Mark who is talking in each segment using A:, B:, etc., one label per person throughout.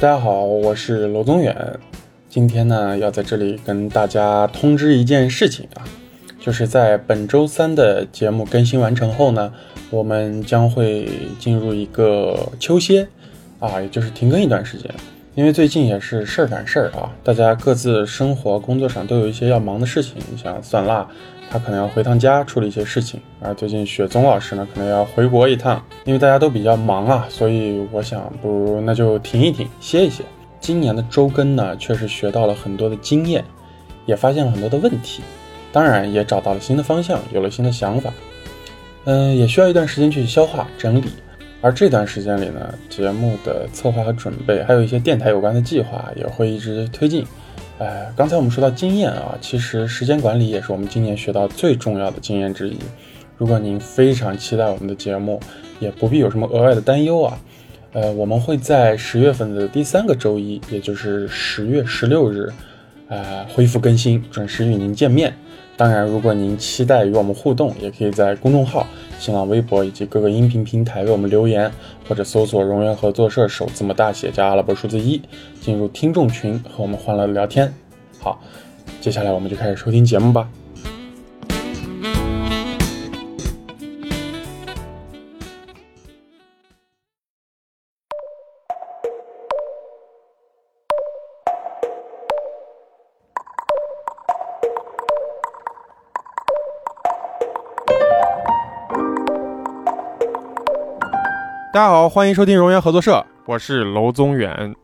A: 大家好，我是罗宗远，今天呢要在这里跟大家通知一件事情啊，就是在本周三的节目更新完成后呢，我们将会进入一个秋歇啊，也就是停更一段时间。因为最近也是事儿赶事儿啊，大家各自生活、工作上都有一些要忙的事情，像算辣，他可能要回趟家处理一些事情而最近雪宗老师呢，可能要回国一趟，因为大家都比较忙啊，所以我想，不如那就停一停，歇一歇。今年的周更呢，确实学到了很多的经验，也发现了很多的问题，当然也找到了新的方向，有了新的想法。嗯，也需要一段时间去消化整理。而这段时间里呢，节目的策划和准备，还有一些电台有关的计划，也会一直推进。呃，刚才我们说到经验啊，其实时间管理也是我们今年学到最重要的经验之一。如果您非常期待我们的节目，也不必有什么额外的担忧啊。呃，我们会在十月份的第三个周一，也就是十月十六日，呃，恢复更新，准时与您见面。当然，如果您期待与我们互动，也可以在公众号、新浪微博以及各个音频平台为我们留言，或者搜索“融源合作社”首字母大写加阿拉伯数字一，进入听众群和我们欢乐的聊天。好，接下来我们就开始收听节目吧。大家好，欢迎收听融源合作社，我是娄宗远。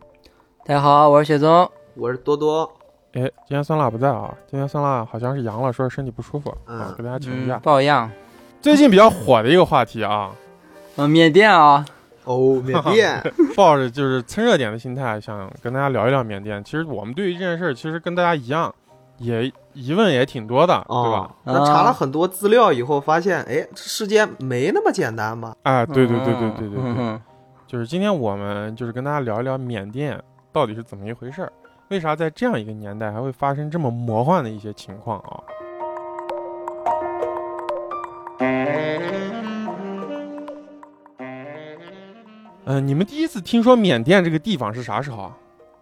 B: 大家好，我是雪宗。
C: 我是多多，
A: 哎，今天酸辣不在啊，今天酸辣好像是阳了，说是身体不舒服
C: 嗯
A: 啊，给大家请
B: 嗯
A: 假，。
B: 不好样。
A: 最近比较火的一个话题啊，
B: 嗯，缅甸啊，
C: 哦，缅 甸，
A: 抱着就是蹭热点的心态，想跟大家聊一聊缅甸。其实我们对于这件事儿，其实跟大家一样，也疑问也挺多的，对
C: 哦
A: 吧？，
C: 那查了很多资料以后，发现，哎，这世界没那么简单吧？
A: 哎，对对对对对对对，
B: 嗯
A: 就是今天我们就是跟大家聊一聊缅甸到底是怎么一回事儿，为啥在这样一个年代还会发生这么魔幻的一些情况啊？嗯、你们第一次听说缅甸这个地方是啥时候啊？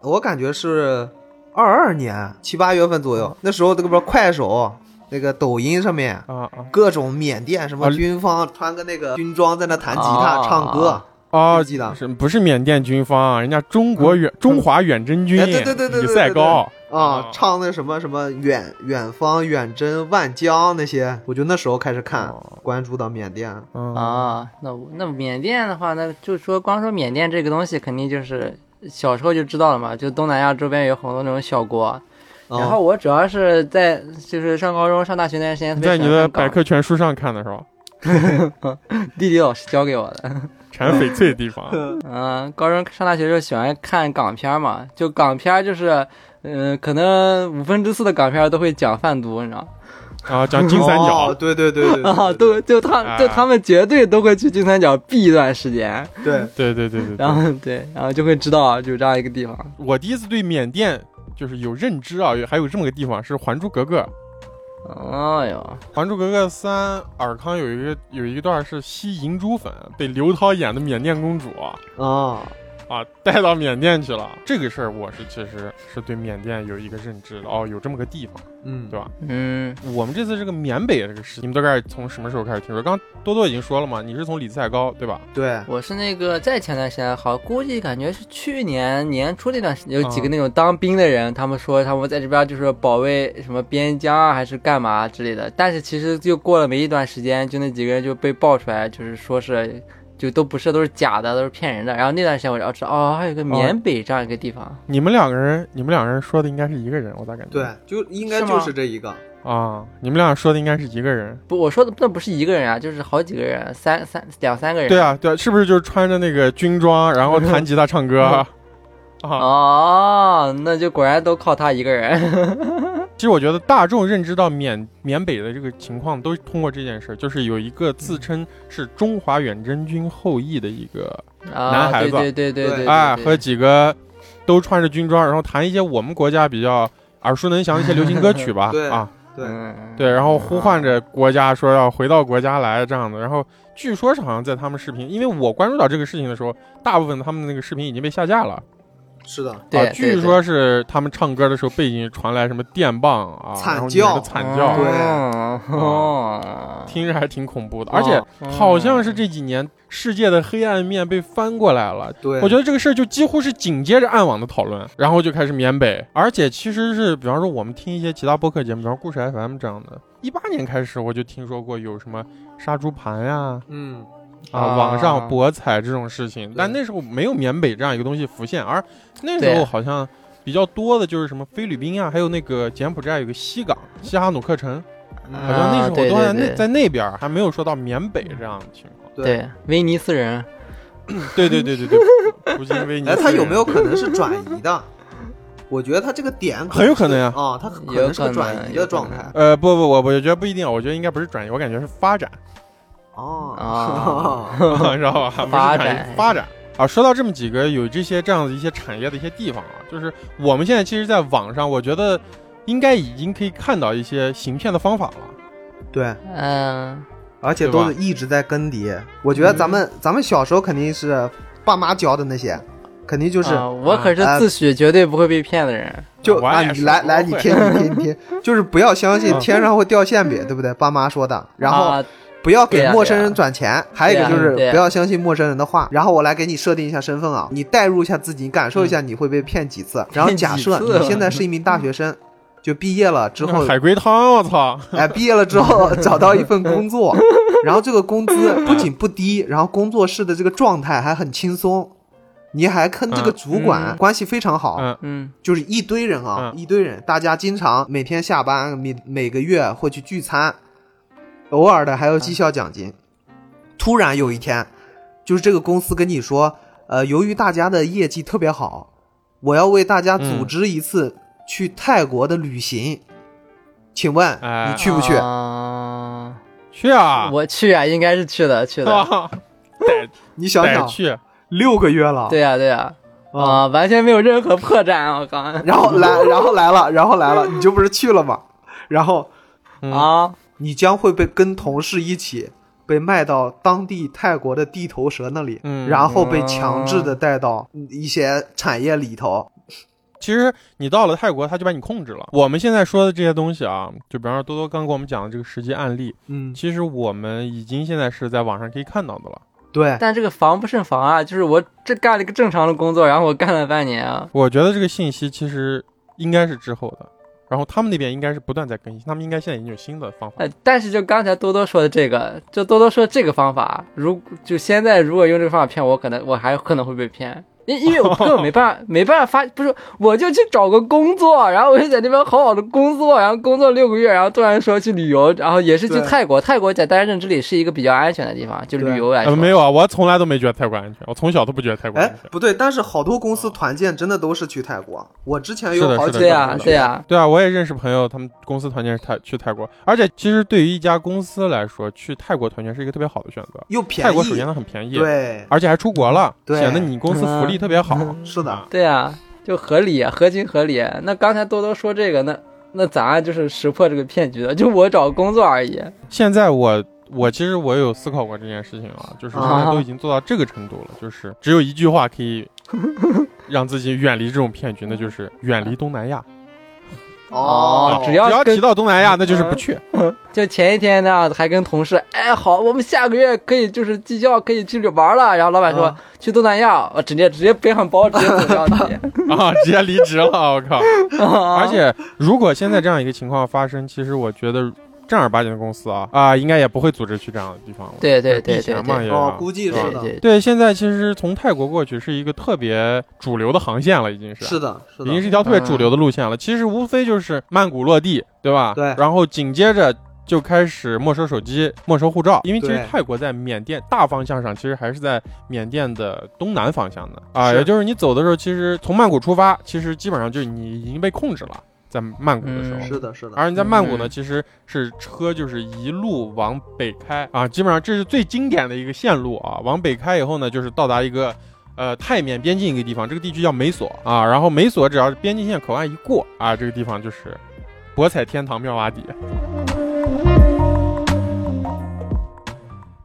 C: 我感觉是二二年七八月份左右，那时候这个不是快手那个抖音上面。
A: 嗯啊啊
C: 各种缅甸什
A: 啊
C: 么军方穿个那个军装在那弹吉
B: 啊
C: 他唱歌，
A: 啊！
C: 记得嗯
A: 是不是缅甸军方？啊人家中国远、中华远征军，
C: 哎对对对对对
A: 比赛高
C: 啊，唱那什么什么远远方远征万江那些，我就那时候开始看
A: 哦
C: 关注到缅甸，
A: 嗯
B: 啊，那我那缅甸的话，那就说光说缅甸这个东西，肯定就是小时候就知道了嘛，就东南亚周边有很多那种小国。然后
C: 哦，
B: 我主要是在就是上高中、上大学那段时间，
A: 你嗯在
B: 特别喜
A: 你
B: 欢
A: 的
B: 看港
A: 百科全书上看的是 吧？
B: 地理老师教给我的。
A: 产翡翠地方啊
B: 嗯，高中上大学就喜欢看港片嘛，就港片就是，嗯、可能五分之四的港片都会讲贩毒，你知道吗。
A: 啊，讲金三角
C: 哦，对对对对对
B: 啊，都
C: 对
B: 就他就
A: 啊
B: 他们绝对都会去金三角避一段时间，
C: 对，
A: 对对对对对
B: 然。后对，然后就会知道有这样一个地方。
A: 我第一次对缅甸就是有认知啊，有还有这么个地方是《还珠格格》，
B: 哎呦，
A: 《还珠格格三》尔康有一个有一段是吸银珠粉，被刘涛演的缅甸公主
C: 啊，
A: 啊带到缅甸去了。这个事儿我是其实是对缅甸有一个认知的哦，有这么个地方。
C: 嗯，
A: 对吧
B: 嗯，
A: 我们这次这个缅北这个事，你们大概从什么时候开始听说？刚刚多多已经说了嘛，你是从李赛高对吧？
C: 对，
B: 我是那个在前段时间，好，估计感觉是去年年初那段时间，有几个
A: 啊
B: 那种当兵的人，他们说他们在这边就是保卫什么边疆啊，还是干嘛之类的。但是其实就过了没一段时间，就那几个人就被爆出来，就是说是。就都不是，都是假的，都是骗人的。然后那段时间我就知道，哦，还有个缅北这样一个地方，
A: 你们两个人，你们两个人说的应该是一个人，我咋感觉？
C: 对，就应该
B: 是
C: 就
B: 吗
C: 是这一个。，
A: 啊，你们俩说的应该是一个人。
B: 不，我说的那不是一个人啊，就是好几个人，三三两三个人。
A: 对啊，对啊，是不是就是穿着那个军装，然后弹吉他唱歌啊？
B: 哦，那就果然都靠他一个人。
A: 其实我觉得大众认知到缅缅北的这个情况，都是通过这件事儿，就是有一个自称是中华远征军后裔的一个，
B: 啊，
A: 男孩子
B: 对对对对对，
A: 哎，
B: 对
A: 和几个都穿着军装，然后弹一些我们国家比较耳熟能详的一些流行歌曲吧
C: 对
A: 啊，
C: 对，
B: 嗯
A: 对，然后呼唤着国家说要回到国家来这样的。然后据说是好像在他们视频，因为我关注到这个事情的时候，大部分他们那个视频已经被下架了，
C: 是的，
B: 对
A: 啊，据
B: 对
A: 说是他们唱歌的时候背景传来什么电棒啊，
C: 惨
A: 然后女人的
C: 叫
A: 惨
B: 嗯
A: 叫，
C: 对
B: 哦，
A: 听着还是挺恐怖的。而且好像是这几年世界的黑暗面被翻过来了。
C: 对，
A: 我觉得这个事儿就几乎是紧接着暗网的讨论，然后就开始缅北，而且其实是，比方说我们听一些其他播客节目，比方说故事 FM 这样的，一八年开始我就听说过有什么杀猪盘呀、
C: 嗯，
A: 啊，
B: 啊
A: 网上博彩这种事情，但那时候没有缅北这样一个东西浮现，而那时候
B: 对
A: 好像比较多的就是什么菲律宾啊，还有那个柬埔寨有个西港西哈努克城，好
C: 嗯
A: 像那时候
B: 对
A: 都在
B: 对
A: 那
B: 对
A: 在那边儿还没有说到缅北这样的情况。
C: 对。
B: 对，威尼斯人，
A: 对对对对对，普京威尼斯
C: 哎，
A: 人，
C: 他有没有可能是转移的？ 我觉得他这个点
A: 很有可能呀？
C: 啊，他可
B: 有
C: 能是个
B: 可
C: 转
B: 能
C: 移
B: 有
C: 的
B: 可
C: 状
B: 能
C: 态
A: 呃，不不，我我觉得不一定，啊我觉得应该不是转移，我感觉是发展，
C: 哦
B: 啊，
A: 你知道吧？不是
B: 发
A: 转移
B: 展
A: 发展啊。说到这么几个有这些这样的一些产业的一些地方啊，就是我们现在其实，在网上，我觉得应该已经可以看到一些行骗的方法了。
C: 对，
B: 嗯，
C: 而且都是一直在更迭。我觉得咱们咱们小时候肯定是爸妈教的那些，肯定就是
B: 啊我可是
C: 啊
B: 自诩绝对不会被骗的人，
C: 就
A: 我
C: 啊，
A: 也
C: 你
A: 是
C: 来
A: 我
C: 来，
A: 会
C: 你听你听你听，就是不要相
A: 嗯
C: 信天上会掉馅饼，对不对？爸妈说的，然后
B: 啊
C: 不要给
B: 对呀
C: 陌生
B: 对呀
C: 人转钱，还有一个
B: 对
C: 就
B: 呀
C: 是
B: 对呀啊
C: 不要相信陌生人的话。然后我来给你设定一下身份啊，你代入一下自己，你感受一下你会被骗几 次。然后假设
B: 骗几次啊
C: 你现在是一名大学生，就毕业了之 后
A: 那，海龟汤，我操！
C: 哎，毕业了之后找到一份工 作，然后这个工资不仅不低，然后工作室的这个状态还很轻松，你还跟这个
A: 嗯
C: 主管
B: 嗯
C: 关系非常好，
A: 嗯，
B: 嗯，
C: 就是一堆人啊，
A: 嗯
C: 一堆人，大家经常每天下班，每每个月会去聚餐，偶尔的还有绩效奖金。突然有一天，就是这个公司跟你说，呃，由于大家的业绩特别好，我要为大家组织一次去泰国的旅行，请问
A: 哎
C: 你去不去？
B: 啊
A: 去啊！
B: 我去啊，应该是去的，去的，
A: 啊，得
C: 你想
A: 得
C: 想，
A: 去，
C: 六个月了，
B: 对呀对呀，
C: 啊
B: 啊，完全没有任何破绽，我靠，
C: 然后来，然后来了，然后来了，你就不是去了吗？然后
A: 嗯
B: 啊，
C: 你将会被跟同事一起被卖到当地泰国的地头蛇那里，
A: 嗯
C: 然后被强制的带到一些产业里头。
A: 其实你到了泰国，他就把你控制了。我们现在说的这些东西啊，就比方说多多刚给我们讲的这个实际案例，
C: 嗯，
A: 其实我们已经现在是在网上可以看到的了。
C: 对，
B: 但这个防不胜防啊，就是我这干了一个正常的工作，然后我干了半年啊，
A: 我觉得这个信息其实应该是滞后的，然后他们那边应该是不断在更新，他们应该现在已经有新的方法。
B: 呃，但是就刚才多多说的这个，就多多说这个方法，如就现在如果用这个方法骗我，可能我还可能会被骗，因因为我根本没办法 没办法发，不是我就去找个工作，然后我就在那边好好的工作，然后工作六个月，然后突然说去旅游，然后也是去
C: 对
B: 泰国，泰国在大家认知里是一个比较安全的地方，就
C: 对
B: 旅游来说，
A: 呃，没有啊，我从来都没觉得泰国安全，我从小都不觉得泰国安
C: 哎
A: 全，。
C: 不对，但是好多公司团建真的都是去泰国。我之前
A: 是
C: 有
A: 的
C: 好
A: 是的
C: 几
B: 对呀、
C: 个
B: 对呀、
A: 对啊，我也认识朋友，他们公司团建是泰去泰国，而且其实对于一家公司来说，去泰国团建是一个特别好的选择。
C: 又便宜，
A: 泰国首先它很便宜，
C: 对，
A: 而且还出国了，
C: 对嗯
A: 显得你公司福利特别好。
C: 是的
A: 啊，
B: 对啊，就合理啊，合情合理。那刚才多多说这个，那那咱就是识破这个骗局的，就我找工作而已。
A: 现在我我其实我有思考过这件事情啊，就是现在
B: 啊
A: 都已经做到这个程度了，就是只有一句话可 以让自己远离这种骗局，那就是远离东南亚。
B: 哦
A: 啊
B: 只要
A: 只要
B: 跟嗯
A: 提到东南亚，那就是不去。
B: 就前一天呢，还跟同事，哎，好，我们下个月可以就是绩效可以去玩了。然后老板说、
C: 啊
B: 去东南亚，我直接直接背上包直接走掉你。
A: 啊，直接离职了，我靠！
B: 啊
A: 而
B: 而
A: 且如果现在这样一个情况发生，其实我觉得正儿八经的公司啊啊，应该也不会组织去这样的地方了。
B: 对对对
A: 避
B: 对
A: 嫌嘛
B: 对
A: 哎也
C: 哦
A: 要，
C: 估计是
B: 对
C: 的，
B: 对
A: 对，现在其实从泰国过去是一个特别主流的航线了，已经是。啊
C: 是的，是
A: 已经
C: 的，
A: 是一条特别主流的路线了。其实无非就是曼谷落地，对吧？
C: 对
A: 然后紧接着就开始没收手机、没收护照，因为其实
C: 对
A: 泰国在缅甸大方向上，其实还是在缅甸的东南方向的啊，
C: 是
A: 也就是你走的时候，其实从曼谷出发，其实基本上就是你已经被控制了，在曼谷的时候。
B: 嗯
C: 是的，是的，
A: 而你在曼谷呢，
B: 嗯
A: 其实是车就是一路往北开啊，基本上这是最经典的一个线路啊。往北开以后呢，就是到达一个呃泰缅边境一个地方，这个地区叫美索啊。然后美索只要是边境线口岸一过啊，这个地方就是博彩天堂妙瓦底。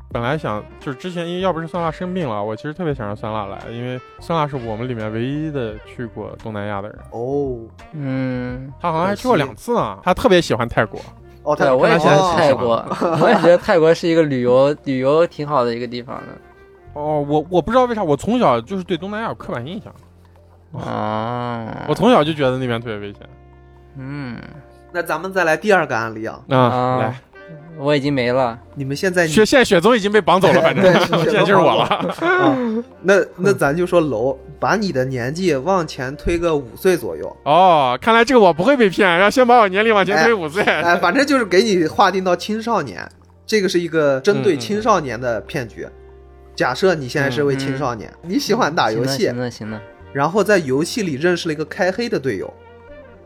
A: 本来想就是之前因为要不是酸辣生病了，我其实特别想让酸辣来，因为酸辣是我们里面唯一的去过东南亚的人，
C: 哦
B: 嗯，
A: 他好像还去过两次呢。他特别喜欢泰国，
C: 哦，
B: 对，
C: 他
B: 我也
A: 看
B: 觉
A: 他现
B: 得
A: 在是
B: 泰
A: 什么
B: 国， 我也觉得泰国是一个旅游旅游挺好的一个地方的
A: 哦，我我不知道为啥，我从小就是对东南亚有刻板印象，
B: 啊。
C: 哎
A: 我从小就觉得那边特别危险。
B: 嗯
C: 那咱们再来第二个案例啊，
A: 啊，
B: 啊
A: 来，，
B: 我已经没了。
C: 你们现在
A: 雪现在雪宗已经被绑走了，反正
C: 对是雪宗
A: 现在就是我
C: 绑
A: 了。
C: 啊，那那咱就说楼，把你的年纪往前推个五岁左右，
A: 哦，看来这个我不会被骗，要先把我年龄往前推五岁。
C: 哎，反正就是给你划定到青少年，这个是一个针对
A: 嗯嗯
C: 青少年的骗局。假设你现在是位青少年，你喜欢打游戏
B: 行，了行了，
C: 然后在游戏里认识了一个开黑的队友，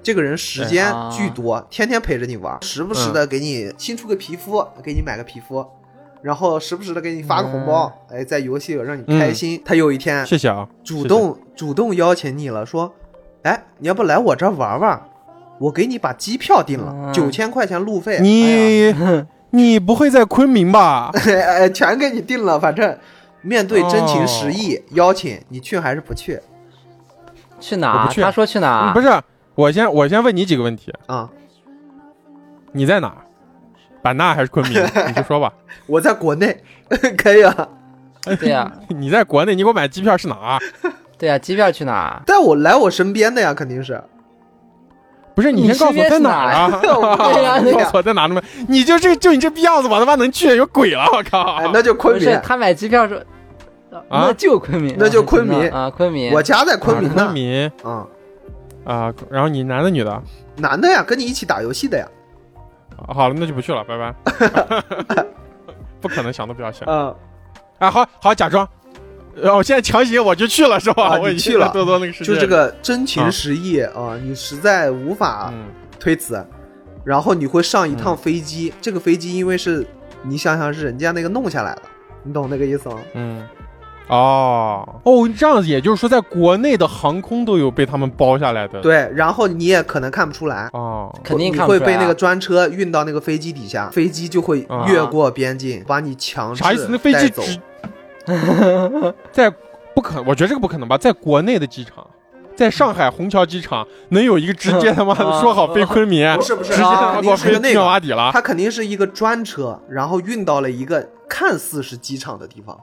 C: 这个人时间
B: 啊
C: 巨多，天天陪着你玩，时不时的给你新出个皮肤，给你买个皮肤，然后时不时的给你发个红包，哎，在游戏里让你开心。他有一天
A: 谢谢啊，
C: 主动主动邀请你了，说，哎，你要不来我这儿玩玩？我给你把机票定了，
B: 嗯
C: 九千、块钱路费，
A: 你、你不会在昆明吧？
C: 哎呀哎全给你定了。反正面对真情实意、邀请，你去还是不去
B: 去哪
A: 我
B: 儿？
A: 不去
B: 他说去哪
C: 嗯
B: 儿？
A: 不是，我先我先问你几个问题，
C: 啊？
A: 你在哪儿？版纳还是昆明？你就说吧。
C: 我在国内， 可以啊。
B: 是，对呀、
A: 你在国内，你给我买机票是哪儿？
B: 对呀、机票去哪儿？
C: 但我来我身边的呀，肯定 是。
A: 不是，你先告诉我在哪儿啊？
C: 对呀对
A: 告
C: 呀
A: 诉我在哪儿呢？你就这就你这逼样子，我他妈能去有鬼了！我靠！
C: 哎，那就
B: 不
C: 昆
B: 是
C: 明，
B: 他买机票是，那就昆明，
C: 那就昆明
B: 啊，昆明。
C: 我家在昆明
A: 啊昆
C: 呢。
A: 明
C: 嗯，
A: 啊，然后你男的女的？
C: 男的呀，跟你一起打游戏的呀。
A: 好了，那就不去了，拜拜。 不可能想都不要想。
C: 嗯，
A: 啊，好好假装。呃，我现在强行我就去了是吧？
C: 啊
A: 我
C: 你
A: 已经
C: 去了
A: 在多多那个世界
C: 就
A: 里，
C: 这个啊真情实意啊，你实在无法
A: 嗯，
C: 推辞，然后你会上一
B: 嗯
C: 趟飞机。这个飞机因为是你想想是人家那个弄下来的，你懂那个意思吗？
A: 嗯，哦哦，这样子，也就是说，在国内的航空都有被他们包下来的。，
C: 对，然后你也可能看不出来。
A: 哦，
B: 肯定
C: 你
B: 看不
C: 会
B: 出来啊
C: 被那个专车运到那个飞机底下，飞机就会
A: 啊
C: 越过边境，把你强制
A: 啥意思？那飞
C: 带
A: 机
C: 走
A: 只 在不可，我觉得这个不可能吧？在国内的机场，在上海虹桥机场，能有一个直接他 妈的
B: 啊
A: 说好飞昆明，
C: 不是不是
A: 直接他妈
C: 肯
A: 给我
C: 定是
A: 飞
C: 个那
A: 尿
C: 个
A: 瓦底了？
C: 它肯定是一个专车，然后运到了一个看似是机场的地方。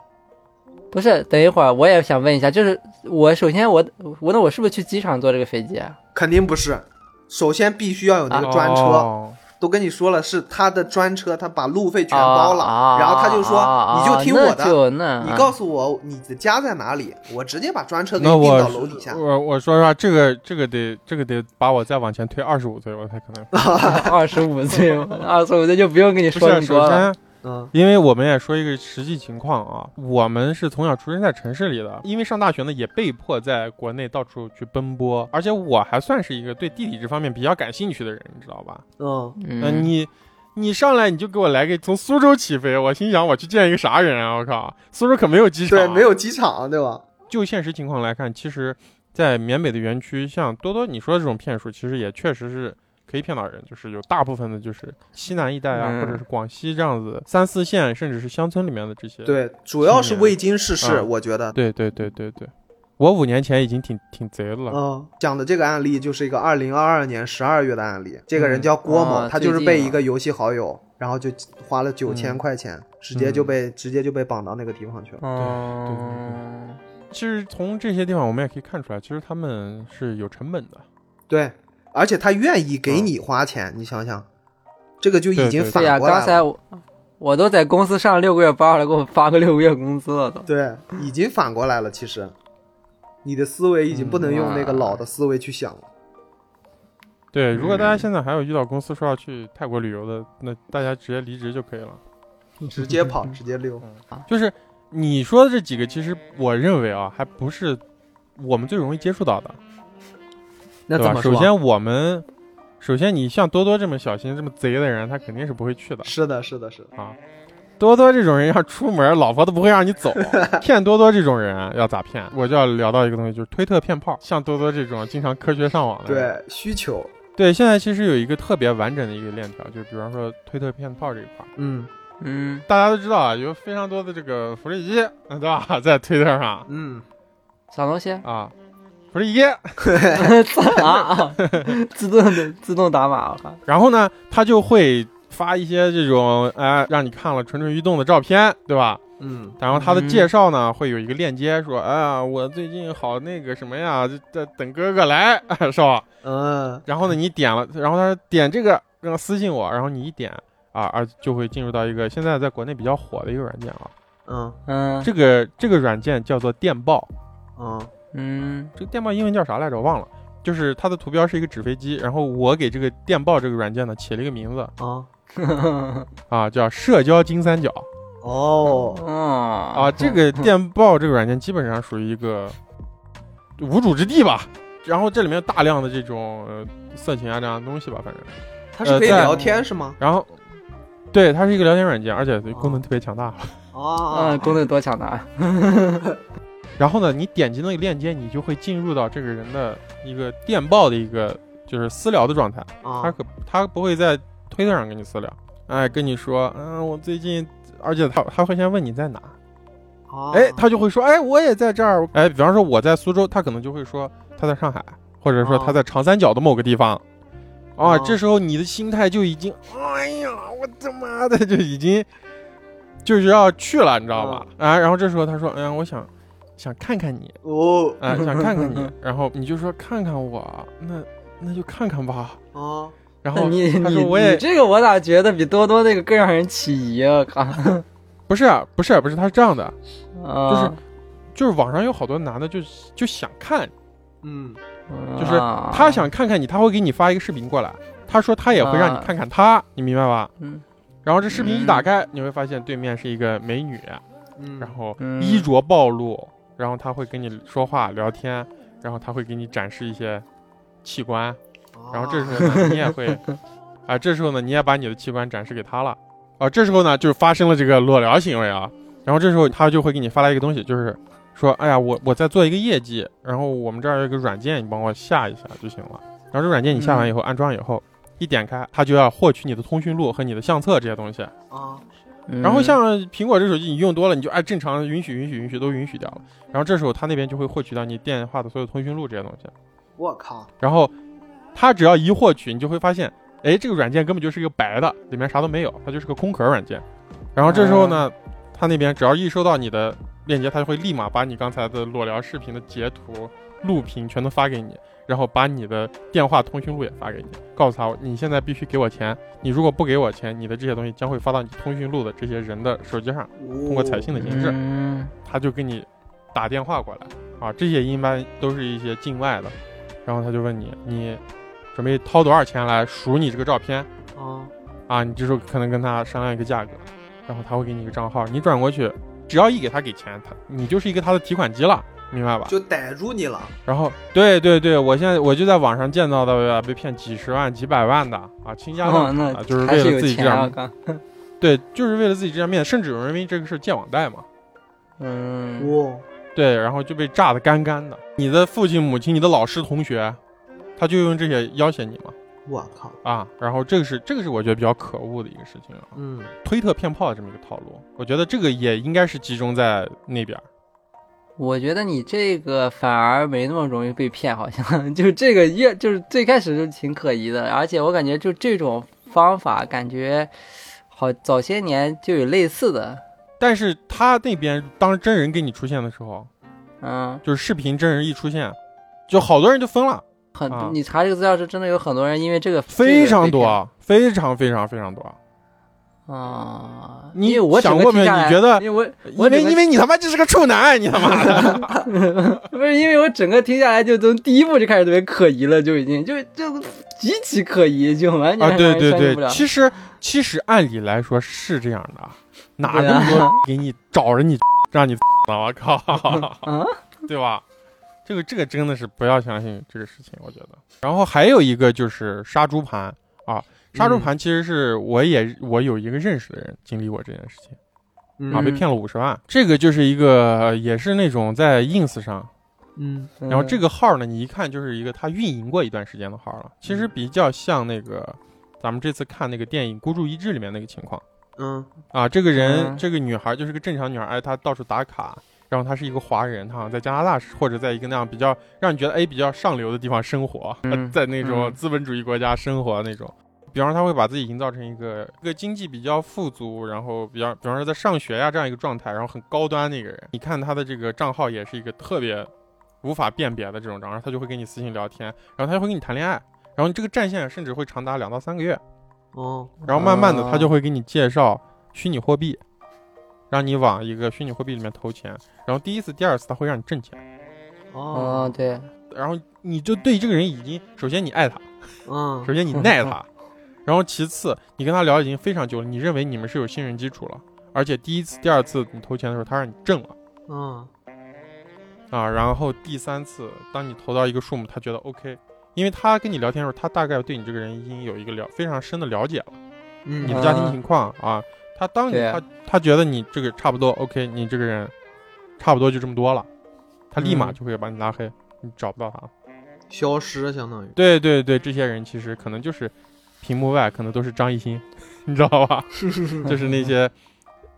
B: 不是，等一会儿我也想问一下，就是我首先我我那我是不是去机场坐这个飞机啊？
C: 肯定不是，首先必须要有那个专
B: 啊
C: 车。
A: 哦
C: 都跟你说了，是他的专车，他把路费全包
B: 哦
C: 了。然后他就说：“
B: 啊啊啊
C: 你就听我
B: 那
C: 的，
B: 就那
C: 你告诉我你的家在哪里，我直接把专车给
A: 那
C: 你
A: 我
C: 运到楼底下。
A: 我我说实话，这个这个得这个得把我再往前推二十五岁，我才可能。
B: 二十五岁，二十五岁就不用跟你
A: 不
B: 说那
A: 是，啊
B: 么
A: 首
B: 多了。
A: 先，
C: 嗯
A: 因为我们也说一个实际情况啊，我们是从小出生在城市里的，因为上大学呢也被迫在国内到处去奔波，而且我还算是一个对地理这方面比较感兴趣的人，你知道吧？
C: 嗯，
A: 嗯、
B: 嗯，
A: 你你上来你就给我来个从苏州起飞，我心想我去见一个啥人啊？我靠，苏州可没有机场，啊
C: 对，没有机场，啊对吧？
A: 就现实情况来看，其实，在缅北的园区，像多多你说的这种骗术，其实也确实是可以骗到人，就是有大部分的，就是西南一带啊，
B: 嗯
A: 或者是广西这样子三四线，甚至是乡村里面的这些。
C: 对，主要是未经世事，
A: 嗯
C: 我觉得。
A: 对对对对对，我五年前已经挺挺贼的了。
C: 嗯，讲的这个案例就是一个二零二二年十二月的案例，这个
A: 嗯
C: 人叫郭某，
B: 啊
C: 他就是
B: 最近
C: 被
B: 啊
C: 一个游戏好友，然后就花了九千
A: 嗯
C: 块钱，直接就被、直接就被绑到那个地方去了。
A: 对对
B: 哦，
A: 其实从这些地方我们也可以看出来，其实他们是有成本的。
C: 对，而且他愿意给你花钱，你想想，这个就已
A: 嗯
C: 经
A: 对
C: 反
B: 对呀，
C: 过来了。
B: 刚才我我都在公司上六个月班了，给我发个六个月工资了都。
C: 对，已经反过来了。其实，你的思维已经不能用那个老的思维去想了。
A: 对，如果大家
C: 嗯
A: 现在还有遇到公司说要去泰国旅游的，那大家直接离职就可以了。
C: 直接跑，直接溜。
A: 就是你说的这几个，其实我认为啊，还不是我们最容易接触到的。
C: 那
A: 对
C: 怎
A: 吧？
C: 么说？
A: 首先我们，首先你像多多这么小心、这么贼的人，他肯定是不会去的。
C: 是的，是的，是的。
A: 多多这种人要出门，老婆都不会让你 走。骗多多这种人要咋骗？我就要聊到一个东西，就是推特骗炮。像多多这种经常科学上网的人，
C: 对需求，
A: 对对，现在其实有一个特别完整的一个链条，就比方说推特骗炮这一块儿，
C: 嗯
B: 嗯，
A: 大家都知道啊，有非常多的这个福利机，对吧？在推特 上？
C: 嗯，
B: 啥东西
A: 啊，福利机，
B: 啊，自动的自动打码，我靠，
A: 然后呢，他就会发一些这种哎，让你看了蠢蠢欲动的照片，对吧？
C: 嗯，
A: 然后他的
B: 嗯
A: 介绍呢，会有一个链接说，哎呀，我最近好那个什么呀，就在等哥哥来， 是吧？
C: 嗯，
A: 然后呢，你点了，然后他说点这个，让他私信我，然后你一点啊啊，就会进入到一个现在在国内比较火的一个软件啊，
C: 嗯，
B: 嗯
A: 这个这个软件叫做电报，
C: 嗯，
B: 嗯
A: 这个电报英文叫啥来着？我忘了。就是它的图标是一个纸飞机，然后我给这个电报这个软件呢起了一个名字
C: 嗯，
A: 啊，叫社交金三角。
C: 哦，
B: 哦
A: 啊，这个电报这个软件基本上属于一个无主之地吧。然后这里面有大量的这种、呃、色情啊这样的东西吧，反正。
C: 它是可以
A: 呃在
C: 聊天是吗？
A: 然后，对，它是一个聊天软件，而且功能特别强大。
C: 哦
B: 嗯，，功能多强大，
A: 然后呢，你点击那个链接，你就会进入到这个人的一个电报的一个就是私聊的状态。他
C: 啊，
A: 可他不会在推特上跟你私聊，哎，跟你说，嗯，我最近，而且他他会先问你在哪，
C: 哦
A: 哎，他就会说，哎，我也在这儿。哎，比方说我在苏州，他可能就会说他在上海，或者说
C: 哦
A: 他在长三角的某个地方。啊，
C: 哦
A: 这时候你的心态就已经，哎呀，我他妈的就已经就是要去了，你知道吧？啊，然后这时候他说，哎呀，我想想看看你，
C: 哦，
A: 哎，想看看 你，然后你就说看看我，那那就看看吧。
C: 哦，
A: 然
B: 那
A: 后
B: 你
A: 他
B: 你
A: 说我也
B: 你这个我咋觉得比多多那个更让人起疑啊？ 靠，
A: 不是啊不是不是，他是这样的，
B: 啊
A: 就是网上有好多男的就就想看，
C: 嗯，
A: 就是
B: 啊
A: 他想看看你，他会给你发一个视频过来，他说他也会让你看看
B: 啊
A: 他，你明白吧？
B: 嗯。
A: 然后这视频一打
B: 嗯
A: 开，你会发现对面是一个美女，
C: 嗯，
A: 然后
B: 嗯
A: 衣着暴露，然后他会跟你说话聊天，然后他会给你展示一些器官，
C: 哦，
A: 然后这时候呢，你也会，啊，这时候呢，你也把你的器官展示给他了，啊，这时候呢，就发生了这个裸聊行为啊，然后这时候他就会给你发来一个东西，就是说，哎呀，我我在做一个业绩，然后我们这儿有一个软件，你帮我下一下就行了。然后这软件你下完以后，安装以后，一点开，它就要获取你的通讯录和你的相册这些东西。
C: 啊，
B: 嗯
A: 然后像苹果这手机，你用多了，你就按正常允许、允许、允许都允许掉了。然后这时候他那边就会获取到你电话的所有通讯录这些东西。
C: 我靠，
A: 然后它只要一获取，你就会发现，哎，这个软件根本就是一个白的，里面啥都没有，它就是个空壳软件。然后这时候呢，它那边只要一收到你的链接，它就会立马把你刚才的裸聊视频的截图、录屏全都发给你，然后把你的电话通讯录也发给你，告诉他你现在必须给我钱，你如果不给我钱，你的这些东西将会发到你通讯录的这些人的手机上，
C: 通
A: 通过彩信的形式。
B: 嗯
A: 他就给你打电话过来啊，这些一般都是一些境外的，然后他就问你，你准备掏多少钱来赎你这个照片
C: 啊，
A: 啊？你这时候可能跟他商量一个价格，然后他会给你一个账号，你转过去，只要一给他给钱，他你就是一个他的提款机了，明白吧？
C: 就逮住你了，
A: 然后对对对，我现在我就在网上见到的被骗几十万、几百万的啊，倾家
B: 哦
A: 荡，产、
B: 那
A: 啊，就是
B: 还
A: 为
B: 是
A: 了
B: 有
A: 自己这
B: 钱啊，
A: 样
B: 我，靠
A: 对，就是为了自己这样面子，甚至有人因为这个事儿借网贷嘛。
B: 嗯，
C: 哦，
A: 对，然后就被炸得干干的。你的父亲、母亲、你的老师、同学，他就用这些要挟你嘛
C: 我靠，
A: 啊。然后这个是这个是我觉得比较可恶的一个事情啊，
C: 嗯，
A: 推特骗炮的这么一个套路，我觉得这个也应该是集中在那边儿。
B: 我觉得你这个反而没那么容易被骗，好像 就是这个越就是最开始就挺可疑的，而且我感觉就这种方法，感觉好早些年就有类似的，
A: 但是他那边当真人给你出现的时候，
B: 嗯，
A: 就是视频真人一出现，就好多人就疯了，
B: 很、
A: 啊
B: 你查这个资料是真的有很多人因为这个
A: 非常，
B: 这个
A: 多，非常非常非常多。
B: 被骗啊，
A: 你
B: 因为我
A: 想
B: 整个
A: 过没有
B: 听下来
A: 你觉得
B: 因为我
A: 因为
B: 我 整个
A: 因为你他妈就是个处男，你他妈的
B: 不是因为我整个听下来，就从第一步就开始特别可疑了，就已经就就极其可疑，就完全
A: 啊！对对
B: 相信不
A: 对，
B: 了。
A: 其实其实按理来说是这样的啊，哪
B: 对
A: 那
B: 啊
A: 么 多给你找着你让你 呢？我靠，
B: 啊，
A: 对吧？这个这个真的是不要相信这个事情，我觉得。然后还有一个就是杀猪盘啊，杀
B: 嗯
A: 猪盘其实是我也我有一个认识的人经历过这件事情啊，
C: 嗯
A: 被骗了五十万。这个就是一个也是那种在 ins 上
C: 嗯，
B: 然
A: 然后这个号呢，你一看就是一个他运营过一段时间的号了，其实比较像那个咱们这次看那个电影《孤注一掷》里面那个情况
C: 嗯
A: 啊，这个人、
B: 嗯
A: 这个女孩就是个正常女孩，而且她到处打卡，然后她是一个华人，她好像在加拿大是或者在一个那样比较让你觉得哎比较上流的地方生活，呃
B: 嗯
A: 在那种
B: 嗯
A: 资本主义国家生活那种。比方说，他会把自己营造成一个一个经济比较富足，然后比方比方说在上学呀、这样一个状态，然后很高端的一个人。你看他的这个账号也是一个特别无法辨别的这种账号，然后他就会跟你私信聊天，然后他就会跟你谈恋爱，然后这个战线甚至会长达两到三个月。
C: 哦，
A: 然后慢慢的
B: 啊
A: 他就会给你介绍虚拟货币，让你往一个虚拟货币里面投钱，然后第一次、第二次他会让你挣钱，
B: 嗯，
A: 啊
C: 哦，
B: 对，
A: 然后你就对这个人已经，首先你爱他，
C: 嗯
A: 首先你耐他，然后其次你跟他聊已经非常久了，你认为你们是有信任基础了，而且第一次、第二次你投钱的时候他让你挣了
C: 嗯
A: 啊，然后第三次当你投到一个数目，他觉得 OK。因为他跟你聊天的时候，他大概对你这个人已经有一个了非常深的了解了。你
C: 嗯
A: 的家庭情况啊，他当你
B: 对
A: 他他觉得你这个差不多，OK，你这个人差不多就这么多了，他立马
B: 嗯
A: 就会把你拉黑，你找不到他。
C: 消失相 当于
A: 对对对，这些人其实可能就是屏幕外可能都是张艺兴， 你知道吧？就是那些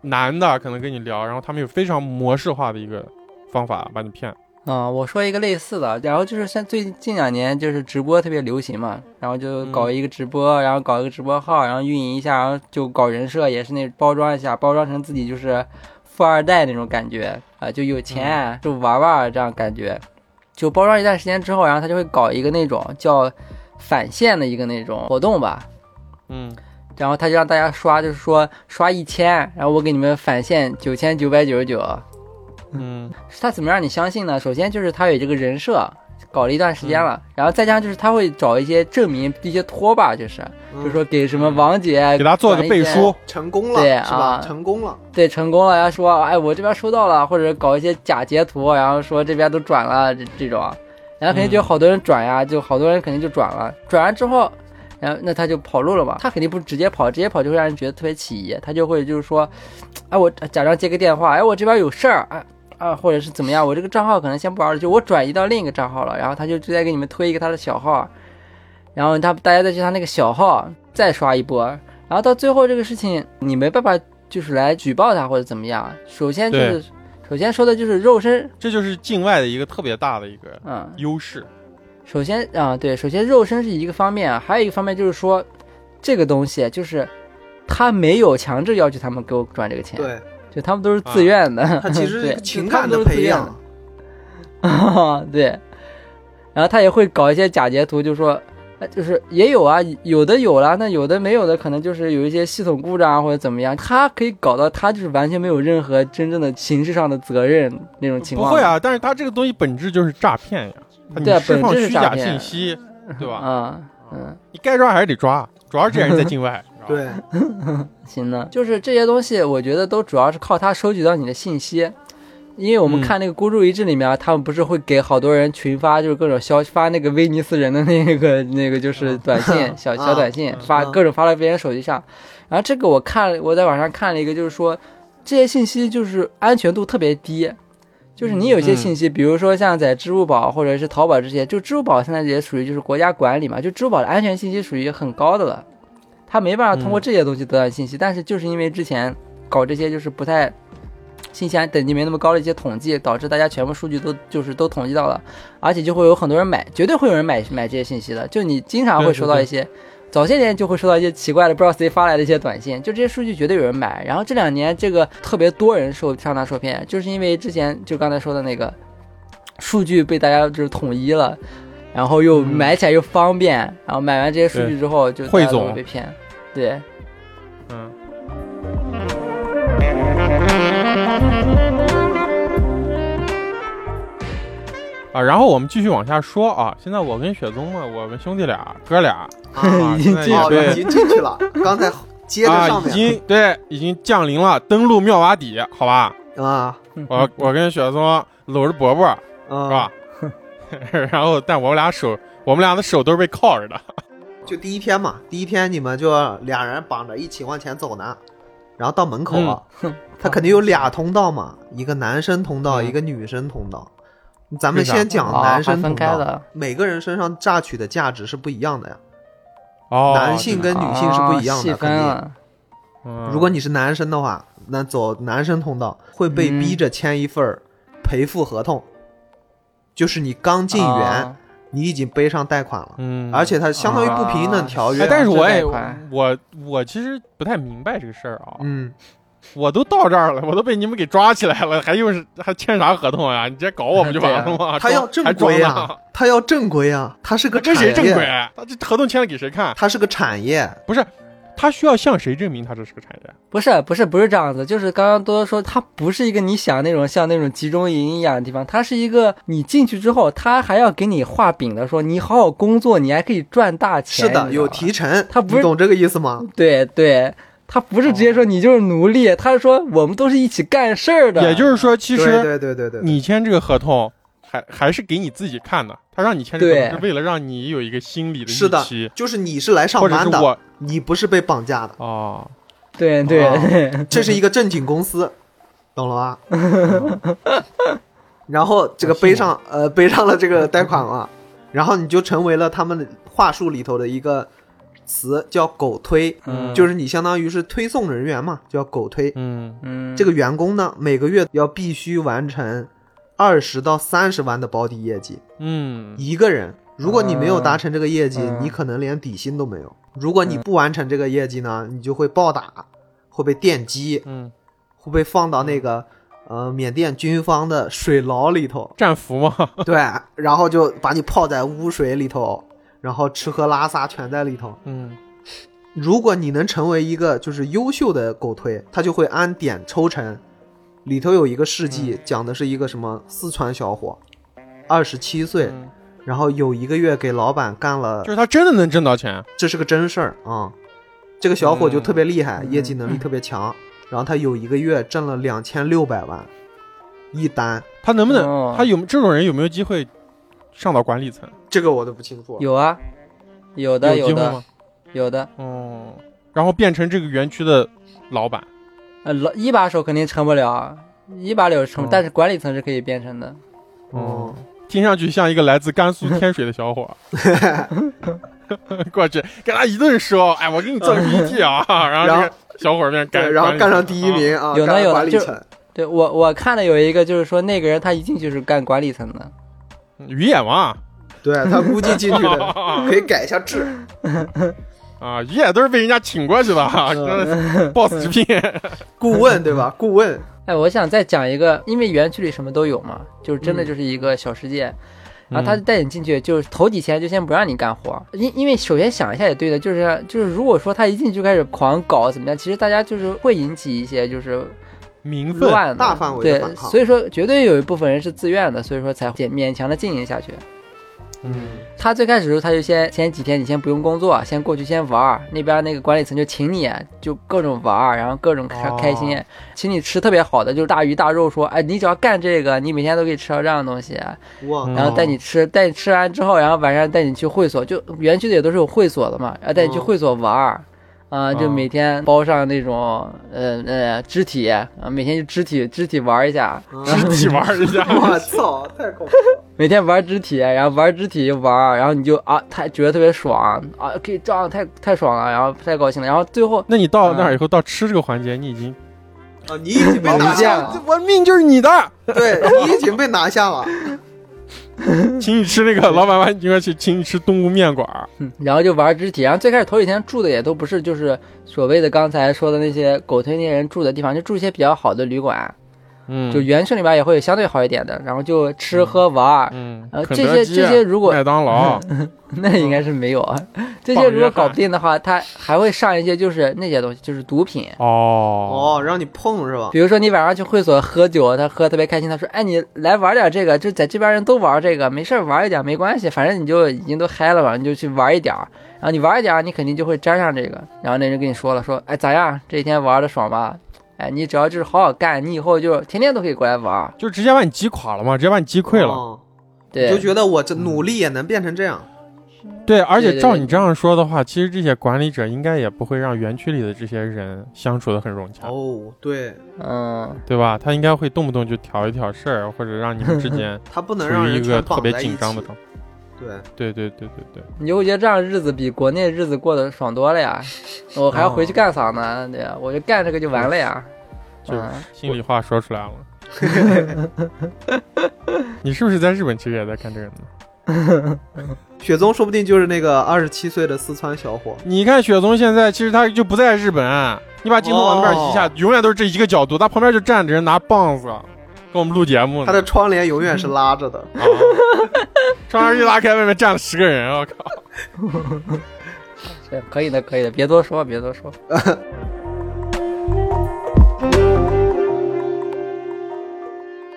A: 男的可能跟你聊，然后他们有非常模式化的一个方法把你骗。
B: 啊、我说一个类似的，然后就是像最近两年就是直播特别流行嘛，然后就搞一个直播，然后搞一个直播号，然后运营一下，然后就搞人设，也是那包装一下，包装成自己就是富二代那种感觉啊、就有钱、就玩玩这样感觉，就包装一段时间之后，然后他就会搞一个那种叫返现的一个那种活动吧，
A: 嗯，
B: 然后他就让大家刷，就是说刷一千，然后我给你们返现九千九百九十九，
A: 嗯，
B: 他怎么让你相信呢？首先就是他有这个人设，搞了一段时间
A: 嗯
B: 了，然后再加上就是他会找一些证明一些托吧，就是、
C: 嗯
B: 比如说给什么王姐
A: 嗯给他做个背书，
C: 成功了
B: 对
C: 是吧？
B: 啊
C: 成功了，
B: 对成功了，然后说哎我这边收到了，或者搞一些假截图，然后说这边都转了这这种，然后肯定就有好多人转呀，就好多人肯定就转了，转完之后。然后那他就跑路了嘛，他肯定不直接跑，直接跑就会让人觉得特别起疑，他就会就是说，哎我假装接个电话，哎我这边有事儿，哎啊或者是怎么样，我这个账号可能先不玩了，就我转移到另一个账号了，然后他就直接给你们推一个他的小号，然后他大家再去他那个小号再刷一波，然后到最后这个事情你没办法就是来举报他或者怎么样，首先就是首先说的就是肉身，
A: 这就是境外的一个特别大的一个
B: 嗯，
A: 优势。
B: 首先啊、对，首先肉身是一个方面，还有一个方面就是说，这个东西啊就是他没有强制要求他们给我转这个钱，，
C: 对
B: 就他们都是自愿的。
C: 他其实是一
B: 对
C: 个情感的培养，
B: 啊对，然后他也会搞一些假截图，就说，呃就是也有啊，有的有了，那有的没有的，可能就是有一些系统故障啊或者怎么样，他可以搞到他就是完全没有任何真正的形式上的责任那种情
A: 不
B: 况。
A: 会，啊，但是他这个东西本质就是诈骗呀，他
B: 对啊
A: 你释放
B: 本质是
A: 虚假
B: 诈骗
A: 信息，对吧？
B: 嗯嗯。
A: 你该抓还是得抓，主要是这些人 在境外。是吧，
C: 对，
B: 行的，就是这些东西，我觉得都主要是靠它收集到你的信息。因为我们
A: 嗯
B: 看那个孤注一掷里面啊，他们不是会给好多人群发，就是各种消发那个威尼斯人的那个 那个就是短信、小小短信，发
C: 嗯
B: 各种发到别人手机上。然后这个我看了，我在网上看了一个，就是说这些信息就是安全度特别低，就是你有些
A: 嗯
B: 信息，比如说像在支付宝或者是淘宝这些，就支付宝现在也属于就是国家管理嘛，就支付宝的安全信息属于很高的了，他没办法通过
A: 嗯
B: 这些东西得到信息，但是就是因为之前搞这些就是不太。信息安等级没那么高的一些统计，导致大家全部数据都就是都统计到了，而且就会有很多人买，绝对会有人买买这些信息的。就你经常
A: 对
B: 会
A: 对
B: 收到
A: 对
B: 一些，早些年就会收到一些奇怪的不知道谁发来的一些短信，就这些数据绝对有人买。然后这两年这个特别多人受上当受骗，就是因为之前就刚才说的那个数据被大家就是统一了，然后又
A: 嗯
B: 买起来又方便，然后买完这些数据之后就
A: 汇
B: 大家都
A: 总
B: 会被骗，对。
C: 啊
A: 嗯。啊，然后我们继续往下说啊。现在我跟雪宗嘛，我们兄弟俩哥俩
C: 啊，
B: 已经进
C: 哦，
A: 对
C: 已经进去了，刚才接着
A: 啊，
C: 上
A: 已
C: 面
A: 经对已经降临了，登陆妙瓦底，好 吧？
C: 啊，
A: 我我跟雪宗搂着伯伯是
C: 嗯，
A: 吧？ 然后但我们俩手，我们俩的手都是被铐着的。
C: 就第一天嘛，第一天你们就俩人绑着一起往前走呢，然后到门口了， 他肯定有俩通道嘛，一个男生通道，
A: 嗯
C: 一个女生通道。咱们
A: 为啥
C: 先讲男
B: 啊
C: 生
B: 分
C: 通
B: 开
C: 道，
B: 的，
C: 每个人身上榨取的价值是不一样的呀，
A: 哦，
C: 男性跟女性是不一样
B: 啊细
C: 的，
B: 分
C: 肯定。
B: 了。
A: 嗯
C: 如果你是男生的话，那走男生通道会被
B: 嗯
C: 逼着签一份儿赔付合同，就是你刚进园，
B: 啊
C: 你已经背上贷款了，
A: 嗯，
C: 而且它相当于不平等条约。
A: 哎，但是我也
B: 啊这贷款
A: 我我其实不太明白这个事儿啊，
C: 嗯，
A: 我都到这儿了，我都被你们给抓起来了，还用是还签啥合同啊？你直接搞我们就完了吗？
C: 它要正
A: 装还装
C: 规
A: 呢
C: 啊，，它要正规啊，它是个
A: 跟谁
C: 产
A: 正
C: 业
A: 规？啊他这合同签了给谁看？啊
C: 它是个产业，
A: 他需要向谁证明他这是个产业？
B: 不是不是不是这样子，就是刚刚多多说，它不是一个你想那种像那种集中营一样的地方，它是一个你进去之后，他还要给你画饼的，说你好好工作，你还可以赚大钱。
C: 是的，
A: 啊
B: 你知道
C: 有
B: 吧。
C: 提成。
B: 它不是
C: 你懂这个意思吗？
B: 对对，他不是直接说你就是奴隶，他是说我们都是一起干事儿的。
A: 也就是说，其
C: 对
A: 实
C: 对对对对，
A: 你签这个合同还还是给你自己看的，他让你签这个合同
B: 对
A: 是为了让你有一个心理的
C: 是
A: 预
C: 的
A: 期，，
C: 就是你是来上
A: 或者是
C: 班的，
A: 我
C: 你不是被绑架的，
A: 哦，
B: 对对
C: 哦
B: 对，
C: 这是一个正经公司，懂了吧？然后这个背上呃背上了这个贷款嘛，然后你就成为了他们话术里头的一个词，叫狗推，
B: 嗯
C: 就是你相当于是推送人员嘛，叫狗推。
A: 嗯
B: 嗯，
C: 这个员工呢，每个月要必须完成二十到三十万的保底业绩，
A: 嗯
C: 一个人，如果你没有达成这个业绩，
B: 嗯嗯
C: 你可能连底薪都没有。如果你不完成这个业绩呢，你就会暴打，会被电击，
A: 嗯，，
C: 会被放到那
B: 嗯
C: 个呃缅甸军方的水牢里头
A: 战俘嘛，
C: 对，然后就把你泡在污水里头，然后吃喝拉撒全在里头。
A: 嗯
C: 如果你能成为一个就是优秀的狗推，他就会按点抽成。里头有一个事迹，
B: 嗯
C: 讲的是一个什么四川小伙，二十七岁，
A: 嗯
C: 然后有一个月给老板干了
A: 就是他真的能挣到钱，
C: 这是个真事儿啊、这个小伙就特别厉害，
B: 嗯
C: 业绩能力特别强，然后他有一个月挣了两千六百万一单，
A: 他能不能、
B: 哦
A: 他有这种人有没有机会上到管理层？
C: 这个我都不清楚。
B: 有啊，有的
A: 有机会
B: 的
A: 吗？
B: 有的，
A: 哦，然后变成这个园区的老板。
B: 呃，老一把手肯定成不了，一把手成，
A: 嗯
B: 但是管理层是可以变成的。
C: 哦，
A: 听上去像一个来自甘肃天水的小伙儿， 过去跟他一顿说，哎，我给你做个 PPT 啊，然后这个小伙儿变干，
C: 对，然后干上
A: 管理层
C: 第一，名啊，
B: 有的
C: 干上
B: 有的
C: 管理
B: 就是
C: 层，
B: 对我我看的有一个就是说那个人他一进去是干管理层的，
A: 啊鱼眼嘛，
C: 对他估计进去的 可以改一下制。
A: 啊，鱼眼都是被人家请过去的啊跟，boss 直聘，
C: 顾问对吧？顾问，
B: 哎，我想再讲一个，因为园区里什么都有嘛，就是真的
C: 嗯
B: 就是一个小世界。
A: 嗯
B: 然后他就带你进去，就是头几天就先不让你干活，因因为首先想一下也对的，就是就是如果说他一进去就开始狂搞怎么样，其实大家就是会引起一些就是
A: 名分，
B: 乱的
C: 大范围的
B: 对
C: 反，抗
B: 所以说绝对有一部分人是自愿的，所以说才勉勉强的经营下去。
A: 嗯
B: 他最开始的时候，他就先前几天你先不用工作，先过去先玩儿。那边那个管理层就请你，啊就各种玩儿，然后各种开
A: 哦
B: 开心，请你吃特别好的，就是大鱼大肉，说，哎，你只要干这个，你每天都可以吃到这样的东西。啊
C: 哇，
A: 嗯
B: 然后带 你吃，带你吃完之后，然后晚上带你去会所，就园区的也都是有会所的嘛，然后带你去
C: 嗯
B: 会所玩儿。啊，就
A: 嗯
B: 每天包上那种，呃呃，肢体啊，每天就肢体肢体玩儿一下，
A: 肢体玩一下，
C: 我操，太恐怖！
B: 每天玩肢体，然后玩肢体就玩儿，然后你就啊，太觉得特别爽啊，可以这样太太爽了，然后太高兴了，然后最后
A: 那你到那儿以后，到吃这个环节，你已经
C: 啊，你已经被拿
B: 不见
C: 下
B: 了
C: 了，
A: 我命就是你的，
C: 对你已经被拿下了。
A: 请你吃那个老板把你去，请你吃东吴面馆儿，
B: 嗯然后就玩肢体，然后最开始头几天住的也都不是就是所谓的刚才说的那些狗推那些人住的地方，就住一些比较好的旅馆，
A: 嗯，
B: 就园区里边也会有相对好一点的，然后就吃喝玩儿，
A: 嗯，
B: 呃
A: 肯
B: 这
A: 德
B: 些
A: 基
B: 这些如果
A: 麦当劳，啊
B: 那应该是没有啊。这些如果搞不定的话，他还会上一些就是那些东西，就是毒品。
A: 哦
C: 哦，让你碰是吧？
B: 比如说你晚上去会所喝酒，他喝得特别开心，他说：“哎，你来玩点这个，就在这边人都玩这个，没事儿玩一点没关系，反正你就已经都嗨了嘛，你就去玩一点儿。然后你玩一点儿，你肯定就会沾上这个。然后那人跟你说了，说：哎，咋样？这几天玩的爽吧？哎，你只要就是好好干，你以后就天天都可以过来玩儿。
A: 就直接把你击垮了嘛，直接把你击溃了。
C: 哦
B: 对，
C: 就觉得我这努力也能变成这样。
A: 对，而且
B: 对
A: 照
B: 对
A: 你这样说的话，其实这些管理者应该也不会让园区里的这些人相处的很融洽，
C: 哦，对，
B: 嗯，
A: 对吧？他应该会动不动就挑一挑事儿，或者让你们之间
C: 他不能
A: 处
C: 让
A: 于
C: 人
A: 一个
C: 全
A: 特
C: 绑
A: 别
C: 在一
A: 紧
C: 起。
A: 张的状态。
C: 对，
A: 对对对对对，
B: 你就会觉得这样日子比国内日子过得爽多 了呀。我还要回去干啥呢？对呀，我就干这个就完了呀。
A: 哦就是
B: 嗯
A: 心里话说出 来了。你是不是在日本其实也在看这个呢？
C: 雪宗说不定就是那个二十七岁的四川小伙。
A: 你看雪宗现在其实他就不在日本，啊你把镜头往那边一
C: 哦
A: 下，永远都是这一个角度，他旁边就站着人拿棒子跟我们录节目呢。
C: 他的窗帘永远是拉着的，
A: 啊窗帘一拉开，外面站了十个人，我靠！
B: 是可以的，可以的，别多说，别多说。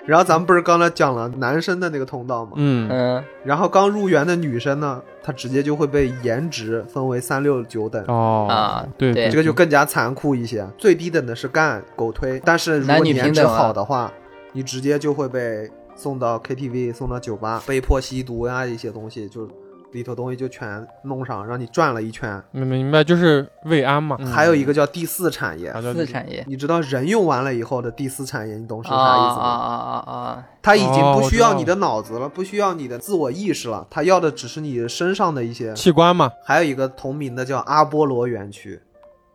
C: 然后咱们不是刚才讲了男生的那个通道吗？
A: 嗯，
B: 嗯，
C: 然后刚入园的女生呢，她直接就会被颜值分为三六九等，
A: 哦
B: 啊
A: 对
B: 对
C: 这个就更加残酷一些。最低等的是干狗推，但是如果
B: 男
C: 你
B: 女平
C: 颜值
B: 等啊
C: 好的话，你直接就会被送到 KTV、送到酒吧，被迫吸毒呀、一些东西，就里头东西就全弄上，让你转了一圈。
A: 明明白，就是慰安嘛。
C: 嗯
B: 嗯
A: 嗯
C: 还有一个叫第四产业。
A: 啥叫
B: 啊四嗯产业。
C: 你知道人用完了以后的第四产业，你懂是
B: 啊
C: 啥意思
B: 啊
C: 吗？
B: 啊啊啊！
C: 它已经
A: 哦
C: 不
A: 我
C: 需
A: 知道
C: 要你的脑子了，不需要你的自我意识了，它要的只是你身上的一些
A: 器官嘛？
C: 还有一个同名的叫阿波罗园区，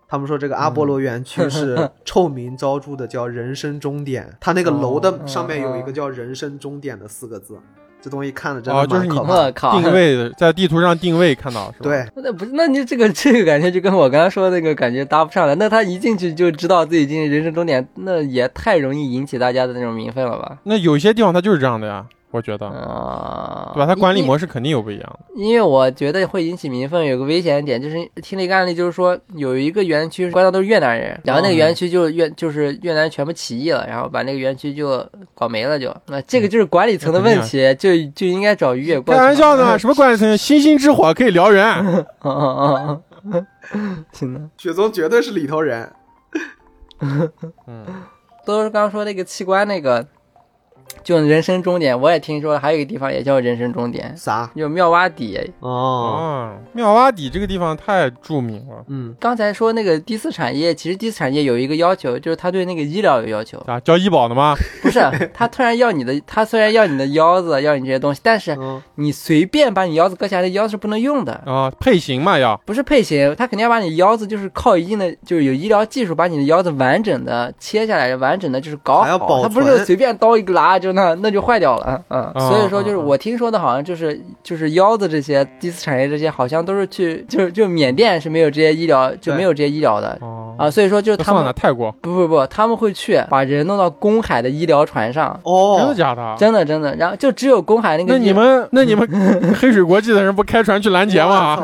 C: 他们说这个阿波
A: 嗯
C: 罗园 区是臭名昭著的，叫人生终点。它那个楼
A: 哦
C: 的上
A: 嗯
C: 面有一个叫“人生终点”的四个字，这东西看着真
A: 哦
C: 的
A: 就是
C: 蛮
A: 你
C: 可怕的。
B: 我靠，
A: 定位的，在地图上定位看到是吧？，
C: 啊对，
B: 那不是，那你这个这个感觉就跟我刚刚说的那个感觉搭不上了。那他一进去就知道自己进人生终点，那也太容易引起大家的那种民愤了吧？
A: 那有些地方它就是这样的呀，我觉得，
B: 啊、
A: 对吧？它管理
B: 因
A: 模式肯定有不一样的。
B: 因为我觉得会引起民愤，有个危险点就是听了一个案例，就是说有一个园区关的都是越南人，然后那个园区就越就是越南全部起义了，然后把那个园区就搞没了就，那这个就是管理层的问题，就就应该找越过
A: 开
B: 去。
A: 玩笑呢，什么管理层？星星之火可以燎 原。
B: 嗯嗯嗯嗯，行的。
C: 雪宗绝对是里头人。
A: 嗯，
B: 都是刚刚说那个器官那个，就人生终点，我也听说还有一个地方也叫人生终点，
C: 啥？
B: 就妙蛙底。
C: 哦，
A: 啊，妙蛙底这个地方太著名了，，
C: 嗯，
B: 刚才说那个第四产业，其实第四产业有一个要求，就是他对那个医疗有要求
A: 咋交啊医保的 吗？
B: 不是 他突然要你的，他虽然要你的腰子，要你这些东西，但是
C: 嗯
B: 你随便把你腰子割下来，腰是不能用的。
A: 啊，配型嘛要。
B: 不是配型，他肯定要把你腰子，就是靠一定的，就是有医疗技术把你的腰子完整的切下来，完整的就是搞
C: 还要
B: 好。
C: 保
B: 他
C: 存哦
B: 不是就随便刀一个拉就那那就坏掉了，嗯。
A: 嗯
B: 所以说就是
A: 嗯嗯
B: 我听说的，好像就是就是腰子这些第四产业这些，好像都是去就就缅甸是没有这些医疗就
C: 对
B: 没有这些医疗的
A: 哦，
B: 啊，所以说就是
A: 那
B: 他
A: 算
B: 们
A: 了，泰国。
B: 不不不，他们会去把人弄到公海的医疗船上，
A: 真的
C: 哦，
A: 假的？
B: 真的真的，然后就只有公海那个
A: 那
B: 医
A: 你们那你 们黑水国际的人不开船去拦截吗？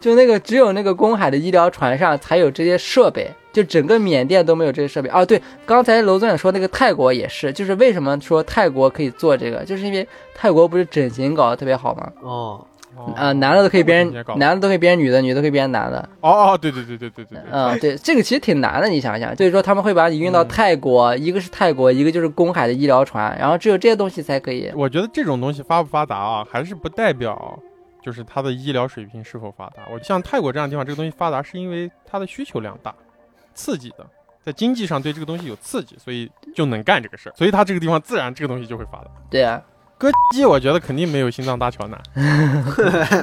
B: 就那个只有那个公海的医疗船上才有这些设备，就整个缅甸都没有这些设备。哦，对，刚才娄总也说那个泰国也是，就是为什么说泰国可以做这个，就是因为泰国不是整形搞得特别好吗？
C: 哦，
A: 哦
B: 啊、男的都可以变
A: 这么整洁
B: 成
A: 搞
B: 男的都可以变成女的，女的可以变成男的。
A: 哦哦，对对对对对对对。
B: 嗯，对，这个其实挺难的，你想想，所以说他们会把你运到
A: 嗯
B: 泰国，一个是泰国，一个就是公海的医疗船，然后只有这些东西才可以。
A: 我觉得这种东西发不发达啊，还是不代表就是它的医疗水平是否发达。我像泰国这样的地方，这个东西发达是因为它的需求量大，刺激的，在经济上对这个东西有刺激，所以就能干这个事 儿，所以它这个地方自然这个东西就会发达。
B: 对啊，
A: 哥鸡，我觉得肯定没有心脏搭桥难。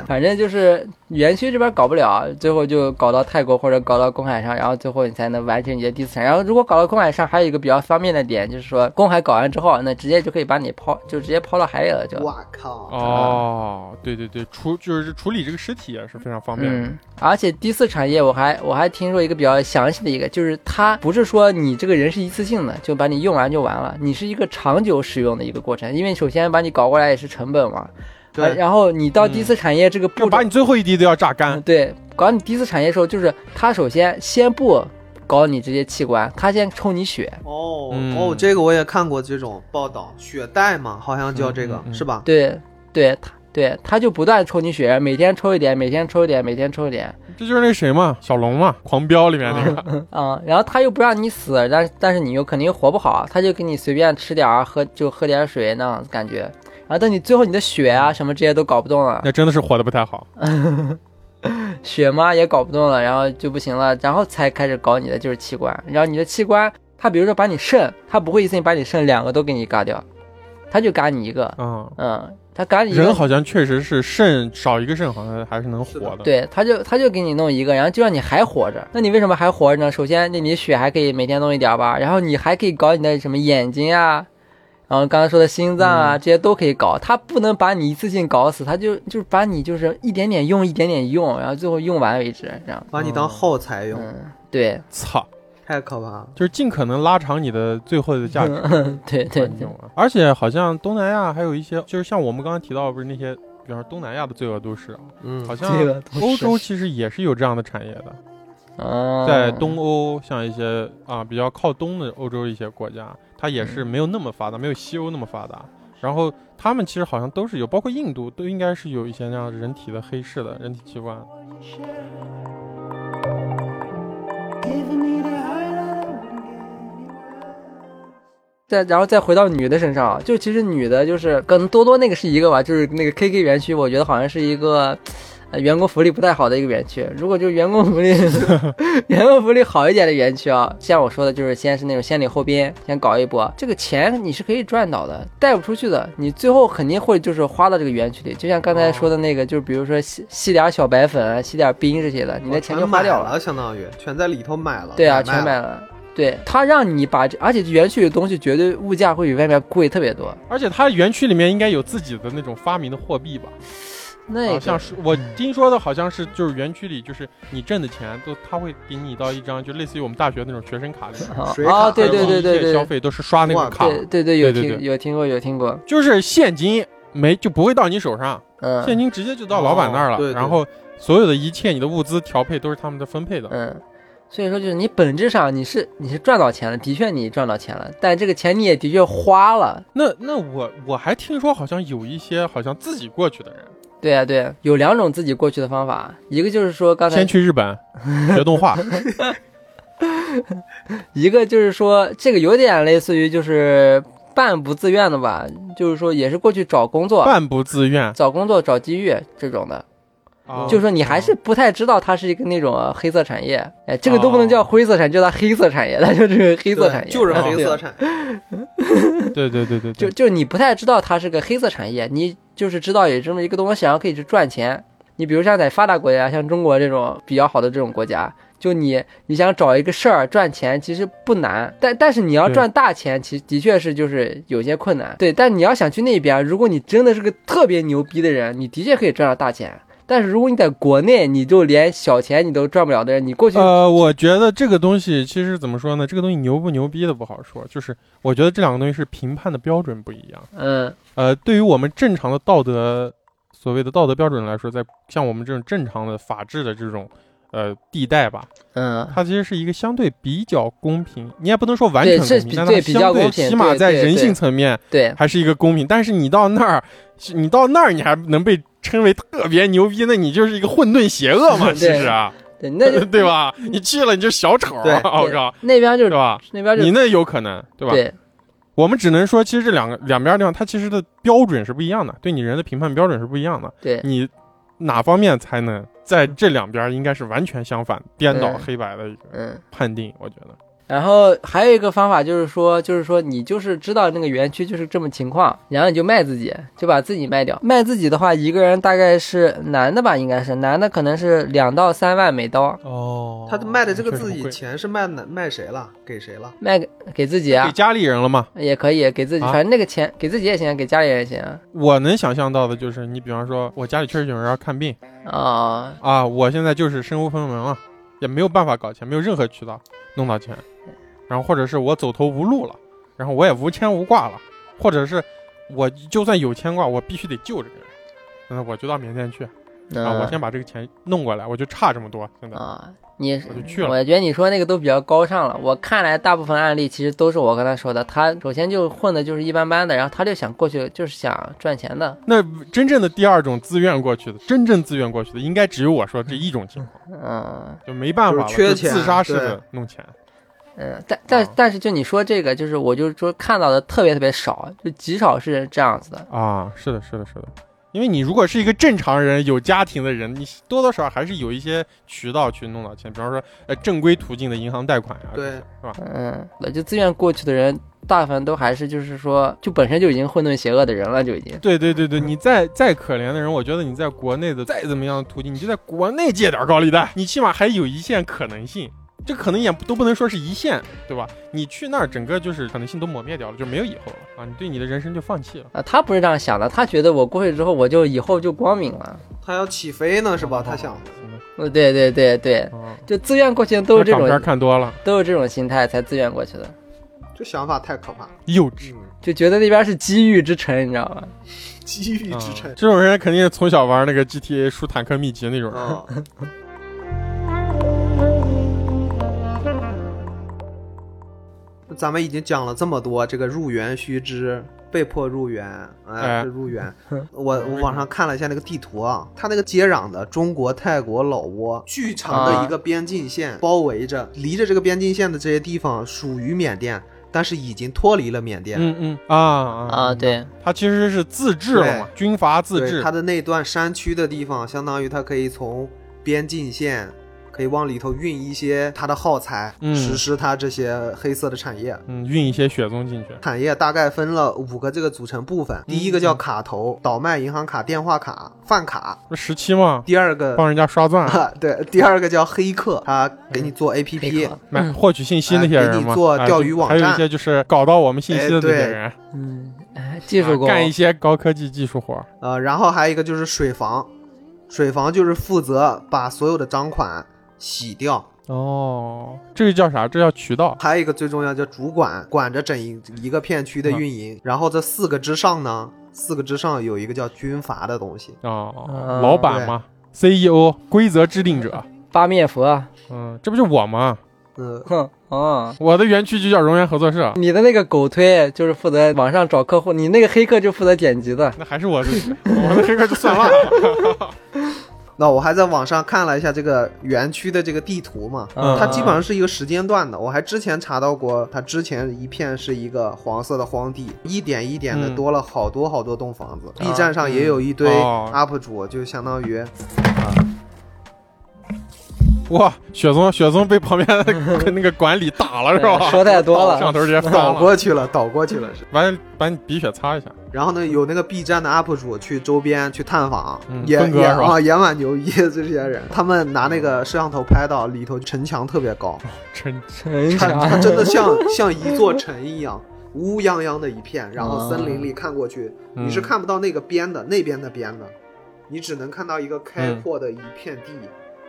B: 反正就是园区这边搞不了，最后就搞到泰国或者搞到公海上，然后最后你才能完成你的第四产。然后如果搞到公海上，还有一个比较方便的点，就是说公海搞完之后，那直接就可以把你抛，就直接抛到海里了，就。
C: 我靠，
A: 哦，对对对，处就是处理这个尸体也是非常方便的。
B: 嗯，而且第四产业我还我还听说一个比较详细的一个，就是它不是说你这个人是一次性的，就把你用完就完了，你是一个长久使用的一个过程，因为首先把你搞过来也是成本嘛，
A: 哎
C: 对
B: 然后你到第四产业这个步
A: 要
B: 骤，
A: 把你最后一滴都要榨干
B: 嗯，。对，搞你第四产业的时候，就是他首先先不搞你这些器官，他先抽你血。
C: 哦
A: 嗯
C: 哦，这个我也看过这种报道，血袋嘛，好像叫这个
A: 嗯嗯嗯
C: 是吧？
B: 对，对，他对他就不断抽你血，每天抽一点，每天抽一点，每天抽一点
A: 这就是那谁嘛，小龙嘛，《狂飙》里面那个。
B: 啊、然后他又不让你死，但是但是你又肯定活不好，他就给你随便吃点儿，喝就喝点水那样子感觉。然后等你最后你的血啊什么这些都搞不动了，
A: 那真的是活得不太好。
B: 血嘛也搞不动了，然后就不行了，然后才开始搞你的就是器官。然后你的器官，他比如说把你肾，他不会一次性把你肾两个都给你嘎掉，他就嘎你一个，
A: 啊、
B: 嗯，他嘎你一
A: 人
B: 个，
A: 好像确实是肾少一个肾，好像还是能
C: 是
A: 活的。
B: 对，他就他就给你弄一个，然后就让你还活着。那你为什么还活着呢？首先，那你血还可以每天弄一点儿吧，然后你还可以搞你的什么眼睛啊，然后刚才说的心脏
A: 嗯
B: 啊，这些都可以搞。他不能把你一次性搞死，他就就是把你就是一点点用，一点点用，然后最后用完为止，这样。
C: 把你当耗材用，
B: 嗯，对，
A: 操，
C: 太可怕了。
A: 就是尽可能拉长你的最后的价值。
B: 嗯对对
A: 观
B: 对
A: 众，啊。而且好像东南亚还有一些，就是像我们刚刚提到，不是那些，比方说东南亚的罪恶都市啊，好
C: 嗯，
A: 像
B: 罪恶都市
A: 欧洲其实也是有这样的产业的，
B: 嗯，
A: 在东欧，像一些啊比较靠东的欧洲一些国家，它也
B: 嗯
A: 是没有那么发达，没有西欧那么发达。然后他们其实好像都是有，包括印度都应该是有一些那样人体的黑市的人体器官。
D: Give me the highlight, I wouldn't get anywhere.
B: 再然后再回到女的身上啊，就其实女的就是跟多多那个是一个吧，就是那个 KK 园区，我觉得好像是一个。呃，员工福利不太好的一个园区，如果就是员工福利， 员工福利好一点的园区啊，像我说的，就是先是那种先礼后兵，先搞一波，这个钱你是可以赚到的，带不出去的，你最后肯定会就是花到这个园区里。就像刚
A: 哦
B: 才说的那个，就是比如说吸吸点小白粉，啊吸点冰这些的，
A: 哦
B: 你的钱就
C: 全
B: 花
C: 买
B: 掉了
C: 了，。相当于全在里头买了。
B: 对啊，
C: 买卖
B: 全买了。对他让你把这，而且园区里的东西绝对物价会比外面贵特别多。
A: 而且它园区里面应该有自己的那种发明的货币吧？
B: 那
A: 好
B: 个
A: 啊像是我听说的，好像是就是园区里就是你挣的钱都他会给你到一张，就类似于我们大学那种学生卡里面。
B: 啊
C: 水
B: 啊，
C: 卡
B: 对对对对
A: 一切消
B: 对
A: 费都是刷那个
C: 哇
A: 卡，
B: 对对对，有
A: 对对
B: 听
A: 对
B: 有听过有听过，
A: 就是现金没就不会到你手上，现
B: 嗯
A: 金直接就到老板那儿了。
C: 哦对对
A: 然后所有的一切你的物资调配都是他们的分配的。
B: 嗯，所以说就是你本质上你是你是赚到钱了，的确你赚到钱了，但这个钱你也的确花了。
A: 那那我我还听说好像有一些好像自己过去的人，
B: 对啊对啊，有两种自己过去的方法，一个就是说刚才
A: 先去日本学动 画，
B: 一个就是说，这个有点类似于就是半不自愿的吧，就是说也是过去找工作，
A: 半不自愿，
B: 找工作找机遇这种的，
A: 啊
C: 哦
B: 就是说你还是不太知道它是一个那种呃黑色产业，哎，这个都不能叫灰色产业，叫它黑色产业，它就是黑色产业，
C: 哦对就是
B: 啊
C: 黑
B: 对
C: 色产业。
A: 对对对对
B: 就
A: 对，
B: 就你不太知道它是个黑色产业，你就是知道有这么一个东西，然后可以去赚钱。你比如像在发达国家，像中国这种比较好的这种国家，就你你想找一个事儿赚钱，其实不难，但但是你要
A: 对
B: 赚大钱，其实的确是就是有些困难。对，但你要想去那边，如果你真的是个特别牛逼的人，你的确可以赚到大钱。但是如果你在国内，你就连小钱你都赚不了的人，你过去，
A: 呃，我觉得这个东西其实怎么说呢？这个东西牛不牛逼的不好说，就是我觉得这两个东西是评判的标准不一样。
B: 嗯
A: 呃，对于我们正常的道德所谓的道德标准来说，在像我们这种正常的法治的这种呃地带吧，
B: 嗯，
A: 它其实是一个相对比较公平，你也不能说完
B: 对
A: 全
B: 是
A: 公
B: 比
A: 平，但它
B: 对比较
A: 相对
B: 公平
A: 起码
B: 对
A: 在
B: 对
A: 人
B: 对
A: 性层面
B: 对，
A: 还是一个公平。但是你到那儿，你到那儿你还能被称为特别牛逼，那你就是一个混沌邪恶嘛，
B: 对
A: 其实啊，
B: 对，那 就
A: 对吧？你去了你就小丑，
C: 对
A: 我靠，
B: 那边就
A: 对
B: 是
A: 吧？
B: 那边就
A: 你那有可能，对吧？
B: 对，
A: 我们只能说，其实这两个两边儿地方，它其实的标准是不一样的，对你人的评判标准是不一样的。
B: 对
A: 你哪方面才能在这两边儿应该是完全相反、颠倒
B: 嗯
A: 黑白的一个
B: 嗯。
A: 判定，我觉得。
B: 然后还有一个方法就是说，就是说你就是知道那个园区就是这么情况，然后你就卖自己，就把自己卖掉。卖自己的话，一个人大概是男的吧，应该是男的可能是两到三万每刀，
A: 哦
C: 他卖的这个自己
A: 己
C: 钱是卖哪卖谁了？给谁了？
B: 卖给给自己
A: 给
B: 啊，
A: 家里人了嘛？
B: 也可以给自己，
A: 啊
B: 反正那个钱给自己也行，给家里人也行啊
A: 我能想象到的就是，你比方说，我家里确实有人要看病
B: 啊。
A: 啊，我现在就是身无分文了，也没有办法搞钱，没有任何渠道弄到钱，然后或者是我走投无路了，然后我也无牵无挂了，或者是我就算有牵挂，我必须得救这个人，那我就到缅甸去啊，
C: 嗯
A: 我先把这个钱弄过来，我就差这么多，现在
B: 啊，你
A: 我就去了。
B: 我觉得你说那个都比较高尚了。我看来大部分案例其实都是我刚才说的，他首先就混的就是一般般的，然后他就想过去就是想赚钱的，
A: 那
C: 嗯
A: 真正的第二种自愿过去的，真正自愿过去的，应该只有我说这一种情况，
B: 嗯。
A: 就没办法了，
C: 就是缺
A: 就
C: 钱
A: 自杀式的弄钱。
B: 嗯，但但
A: 啊
B: 但是就你说这个，就是我就是说看到的特别特别少，就极少是这样子的。
A: 啊，是的，是的，是的，因为你如果是一个正常人、有家庭的人，你多多少少还是有一些渠道去弄到
B: 啊
A: 钱，比方说呃正规途径的银行贷款呀、这
C: 对
A: 些，是吧？
B: 嗯，就自愿过去的人大部分都还是就是说，就本身就已经混沌邪恶的人了，就已经。
A: 对对对对，你再再可怜的人，我觉得你在国内的再怎么样的途径，你就在国内借点高利贷，你起码还有一线可能性。这可能也都不能说是一线，对吧？你去那儿，整个就是可能性都抹灭掉了，就没有以后了啊！你对你的人生就放弃了。
B: 啊，他不是这样想的，他觉得我过去之后，我就以后就光明了。
C: 他要起飞呢，是吧？
B: 哦
C: 他想，
B: 呃，对对对对，
A: 啊，
B: 就自愿过去的都是这
A: 港片
B: 种，
A: 看多了，
B: 都是这种心态才自愿过去的，
C: 这想法太可怕了。嗯
A: 幼稚。
B: 就觉得那边是机遇之城，你知道吗？
C: 机遇之
A: 啊
C: 城。
A: 这种人肯定是从小玩那个 GTA 输坦克秘籍那种人。
C: 啊， 咱们已经讲了这么多，这个入园须知，被迫入园，哎，
A: 哎
C: 这 入园。我我网上看了一下那个地图啊，它那个接壤的中国、泰国、老挝巨长
A: 啊
C: 的一个边境线包围着，离着这个边境线的这些地方属于缅甸，但是已经脱离了缅甸。
A: 嗯嗯啊啊
B: 啊，！对，
A: 他其实是自治了嘛，军阀自
C: 对，
A: 治
C: 它。的那段山区的地方，相当于它可以从边境线可以往里头运一些它的耗材，
A: 嗯
C: 实施它这些黑色的产业。
A: 嗯，运一些雪宗进去。
C: 产业大概分了五个这个组成部分，第一个
A: 嗯
C: 叫卡头，倒卖银行卡、电话卡、饭卡；
A: 不十七嘛，
C: 第二个，
A: 帮人家刷钻，
C: 对，第二个叫黑客，他给你
A: 嗯
C: 做 APP，、
B: 客
A: 买获取信息那些
C: 哎
A: 人
C: 嗯给
A: 嘛
C: 你，做
A: 哎
C: 钓鱼网
A: 还
C: 站
A: 有一些就是搞到我们信息的那些
C: 哎对
A: 人，
B: 嗯，哎，技术
A: 啊
B: 工，
A: 干一些高科技技术活儿。
C: 呃，然后还有一个就是水房，水房就是负责把所有的赃款洗掉，
A: 哦，这个叫啥？这叫渠道。
C: 还有一个最重要叫主管，管着整一一个片区的运营。然后这四个之上呢，四个之上有一个叫军阀的东西。
A: 哦，
B: 啊
A: 老板嘛，CEO，规则制定者。
B: 八面佛，
A: 嗯，这不就我吗？
C: 嗯，
B: 哼，哦。
A: 我的园区就叫荣源合作社，
B: 你的那个狗推就是负责网上找客户，你那个黑客就负责剪辑的。
A: 那还是我自己，我的这个就算了。
C: 那我还在网上看了一下这个园区的这个地图嘛，
B: 嗯
C: 它基本上是一个时间段的。我还之前查到过，它之前一片是一个黄色的荒地，一点一点的
A: 嗯
C: 多了好多好多栋房子。
B: 啊
C: B 站上也有一堆
A: 哦
C: UP 主，就相当于
A: 哇，雪松，雪松被旁边 的那个管理打了是吧？
B: 对呃说太多了
A: 上头直接
C: 倒
A: 翻了，
C: 过去了，倒过去了是。
A: 完了把你鼻血擦一下。
C: 然后呢，有那个 B 站的 UP 主去周边去探访，
A: 嗯
C: 也
A: 峰哥
C: 也
A: 是吧
C: 啊也蛮牛逼的这些人，他们拿那个摄像头拍到里头城墙特别高，
A: 真
B: 陈
C: 它它
B: 强，
C: 真的像像一座城一样。乌泱泱的一片，然后森林里看过去，
A: 啊嗯
C: 你是看不到那个边的，那边的边的，你只能看到一个开
A: 嗯
C: 阔的一片地，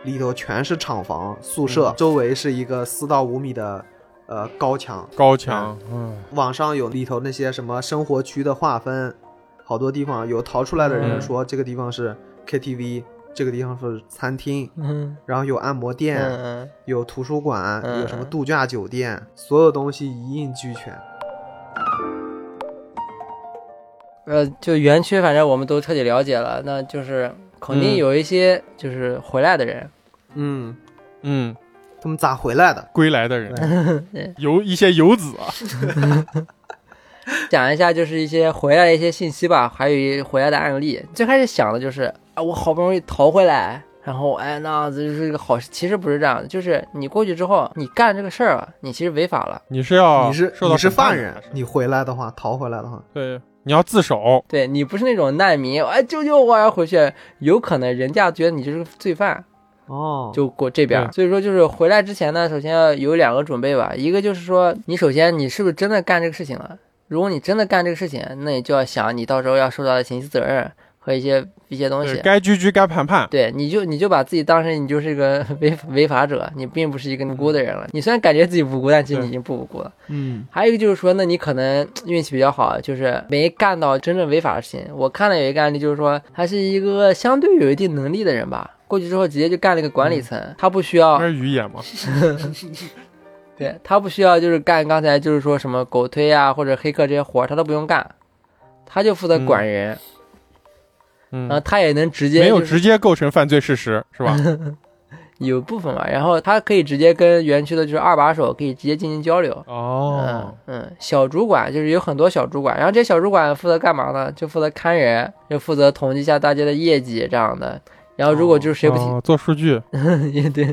C: 里头全是厂房、宿
A: 嗯
C: 舍，周围是一个四到五米的呃高墙，
A: 高强，嗯，
C: 网上有里头那些什么生活区的划分，好多地方有逃出来的人
A: 嗯
C: 说这个地方是 KTV，、这个地方是餐厅，
B: 嗯
C: 然后有按摩店，
B: 嗯，
C: 有图书馆，
B: 嗯
C: 有什么度假酒店，所有东西一应俱全。
B: 呃，就园区，反正我们都彻底了解了，那就是肯
A: 嗯
B: 定有一些就是回来的人，
C: 嗯，
A: 嗯，
C: 他们咋回来的？
A: 归来的
B: 对
A: 人，游一些游子啊，
B: 讲一下就是一些回来的一些信息吧，还有一回来的案例。最开始想的就是啊，我好不容易逃回来，然后哎，那样子就是一个好事。其实不是这样的，就是你过去之后，你干这个事儿啊，你其实违法了。
A: 你是要
C: 你是
A: 哦受到
C: 你是
A: 审判
C: 犯
A: 的
C: 人
A: 还是，
C: 你回来的话，逃回来的话，
A: 对，你要自首，
B: 对你不是那种难民，哎，救救我，要回去，有可能人家觉得你就是个罪犯，
C: 哦，
B: 就过这边儿。
A: 对
B: 所以说，就是回来之前呢，首先要有两个准备吧，一个就是说，你首先你是不是真的干这个事情了？如果你真的干这个事情，那你就要想你到时候要受到的刑事责任和一些一些东
A: 对
B: 西。
A: 该拘拘该判判，
B: 对，你就你就把自己当成你就是一个 违违法者，你并不是一
A: 嗯
B: 个无辜的人了。你虽然感觉自己无辜，但其实你已经不无辜了。
C: 嗯
B: 还有一个就是说，那你可能运气比较好，就是没干到真正违法的事情。我看了有一个案例，就是说他是一个相对有一定能力的人吧，过去之后直接就干了一个管理层，
A: 嗯
B: 他不需要
A: 那，是鱼 眼嘛，
B: 对他不需要就是干刚才就是说什么狗推啊或者黑客这些活儿，他都不用干，他就负责管人，然后
A: 嗯，
B: 他也能直接
A: 没有
B: 就是
A: 直接构成犯罪事实是 吧？
B: 有部分嘛，然后他可以直接跟园区的就是二把手可以直接进行交流。
A: 哦
B: 嗯，嗯，小主管就是有很多小主管，然后这些小主管负责干嘛呢？就负责看人，就负责统计一下大家的业绩这样的，然后如果就是谁不听，
A: 哦做数据，
B: 也对，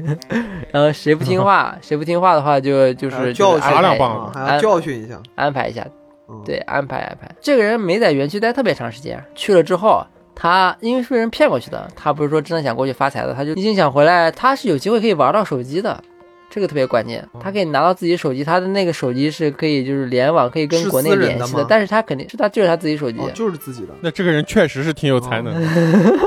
B: 然后谁不听话，谁不听话的话就就是
C: 教
B: 就是
C: 训
A: 打
B: 安
A: 两
B: 排
A: 棒
C: 啊，还要教训一下。
B: 安排一下，
C: 嗯、
B: 对，安排安排。这个人没在园区待特别长时间，去了之后，他因为是被人骗过去的，他不是说真的想过去发财的，他就一心想回来，他是有机会可以玩到手机的。这个特别关
C: 哦
B: 键，他可以拿到自己手机，他的那个手机是可以就是联网，可以跟
C: 是
B: 国内
C: 私人
B: 联
C: 的
B: 系
C: 吗
B: 但是他肯定是他就是他自己手机，
C: 哦，就是自己的。
A: 那这个人确实是挺有才能的，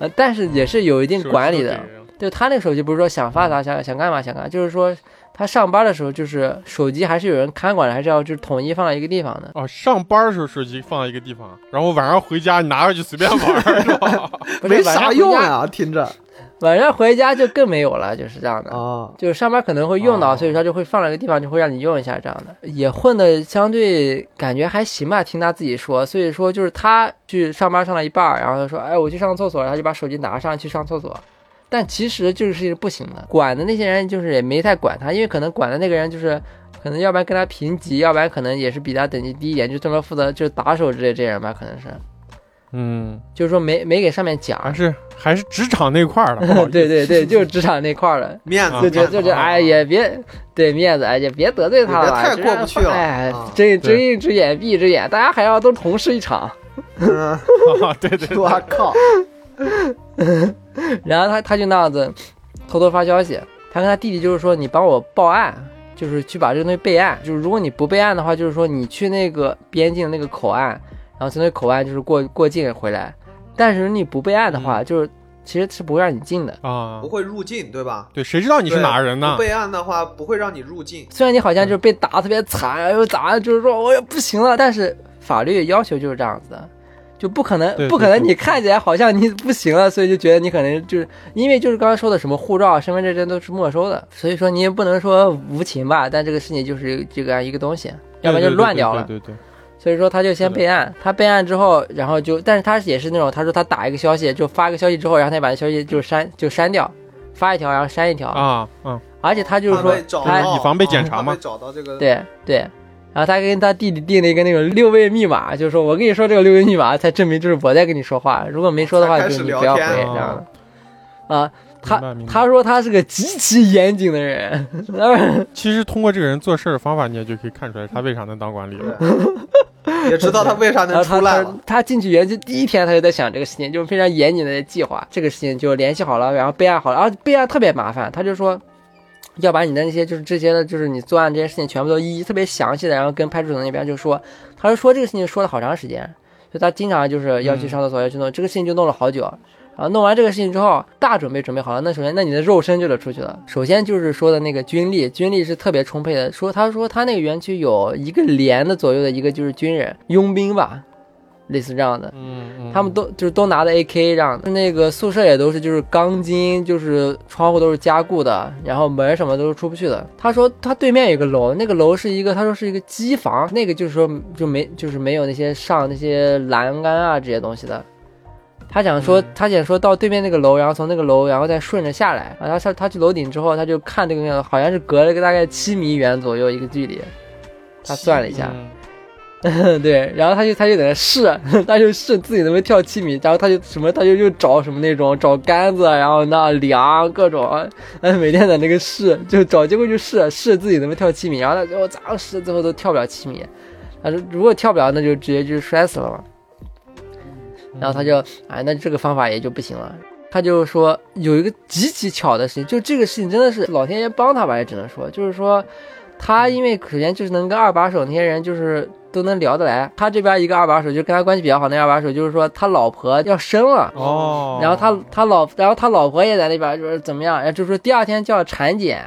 B: 呃，但是也是嗯有一定
A: 手机
B: 管理
A: 都
B: 的
A: 给，人了
B: 就他那个手机不是说想发啥想想干嘛想干嘛，就是说他上班的时候，就是手机还是有人看管的，还是要就是统一放到一个地方的。
A: 哦，上班的时候手机放在一个地方，然后晚上回家你拿着就随便玩 儿，是吧？
B: 不是
C: 没
B: 晚上
C: 啥
B: 回
C: 用啊
B: 家
C: 呀、听着
B: 晚上回家就更没有了，就是这样的。
C: 啊，
B: 就是上班可能会用到，
A: 哦
B: 所以说就会放了一个地方，就会让你用一下这样的。也混的相对感觉还行吧，听他自己说。所以说就是他去上班上到一半儿，然后他说：“哎，我去上厕所。”然后就把手机拿上去上厕所。但其实这个事情是不行的，管的那些人就是也没太管他，因为可能管的那个人就是。可能要不然跟他平级，要不然可能也是比他等级低一点，就专门负责就是打手之类这些人吧，可能是，
A: 嗯，
B: 就是说没没给上面讲
A: 还，是还是职场那块儿的，不好意思
B: 对对对，就是职场那块儿的，
C: 面子
A: 啊
B: 就
C: 面
B: 觉
C: 子
B: 得就觉得
A: 啊
B: 哎也别对面子，哎也别得罪他了吧，
C: 也别太过不去了
B: 哎
C: 啊，
B: 睁
A: 对
B: 睁一只眼闭一只眼，大家还要都同事一场。
C: 嗯，
A: 啊， 对对对，
C: 我靠，
B: 然后他他就那样子偷偷发消息，他跟他弟弟就是说你帮我报案，就是去把这个东西备案，就是如果你不备案的话，就是说你去那个边境那个口岸，然后从那个口岸就是过过境回来，但是你不备案的
A: 嗯
B: 话，就是其实是不会让你进的。
A: 啊
C: 不，会入境对吧？
A: 对，谁知道你是
C: 对
A: 哪人呢
C: 不？备案的话不会让你入境。
B: 虽然你好像
A: 嗯
B: 就是被打得特别惨，哎呦咋就是说我也不行了，但是法律要求就是这样子的，就不可能
A: 对
B: 不可能你看起来好像你不行了，所以就觉得你可能就是因为就是刚刚说的什么护照、身份证这都是没收的，所以说你也不能说无情吧，但这个事情就是这个一个东西，要不然
A: 对
B: 就
A: 对对
B: 乱掉
A: 对
B: 了。
A: 对对对，
B: 所以说他就先
A: 是的
B: 备案，他备案之后，然后就，但是他也是那种，他说他打一个消息就发个消息之后，然后他就把那消息就删就删掉，发一条然后删一条，
A: 啊啊，
B: 而且他就是
C: 怕
B: 说
C: 被找
B: 他
C: 到
A: 以防被检查嘛
C: 怕被找到这个，
B: 对对，然后他跟他弟弟定了一个那个六位密码，就是说我跟你说这个六位密码，才证明就是我在跟你说话，如果没说的话，
C: 才开
B: 就
C: 始
B: 是你
C: 聊
B: 不要回
C: 天
B: 这
A: 啊
B: 样的。啊，他
A: 哦明白明白
B: 他说他是个极其严谨的 人，
A: 其实通过这个人做事儿的方法，你也就可以看出来他为啥能当管理了。
C: 对也知道他为啥
B: 然后
C: 能
B: 他
C: 出来
B: 他
C: 了。
B: 他进去园区第一天他就在想这个事情，就是非常严谨的计划，这个事情就联系好了，然后备案好了，然后备案特别麻烦，他就说。要把你的那些就是这些的，就是你作案这些事情全部都一一特别详细的，然后跟派出所那边就说，他就说这个事情说了好长时间，就他经常就是要去上厕所，要去弄这个事情就弄了好久。然后弄完这个事情之后，大准备准备好了，那首先那你的肉身就得出去了。首先就是说的那个军力，军力是特别充沛的。说他说他那个园区有一个连的左右的一个就是军人佣兵吧，类似这样的。
A: 嗯，嗯
B: 他们都就是都拿的 AK 这样的，那个宿舍也都是就是钢筋，就是窗户都是加固的，然后门什么都是出不去的。他说他对面有个楼，那个楼是一个他说是一个机房，那个就是说就没就是没有那些上那些栏杆啊这些东西的。他想说，他想说到对面那个楼，然后从那个楼，然后再顺着下来。然后他上他去楼顶之后，他就看这个，好像是隔了个大概七米远左右一个距离，他算了一下，
A: 嗯
B: 对，然后他就他就在那试， 他就试自己能不能跳七米，然后他就什么他就又找什么那种找杆子，啊然后那量各种，呃，每天在那个试，就找结果就试试自己能不能跳七米，然后他就咋试最后都跳不了七米，他说如果跳不了那就直接就摔死了嘛，然后他就哎那这个方法也就不行了。他就说有一个极其巧的事情，就这个事情真的是老天爷帮他吧，也只能说，就是说他因为首先就是能跟二把手那些人就是都能聊得来，他这边一个二把手就跟他关系比较好，那二把手就是说他老婆要生了。
A: 哦，
B: 然后他他老然后他老婆也在那边就是怎么样，然后就说第二天就要产检，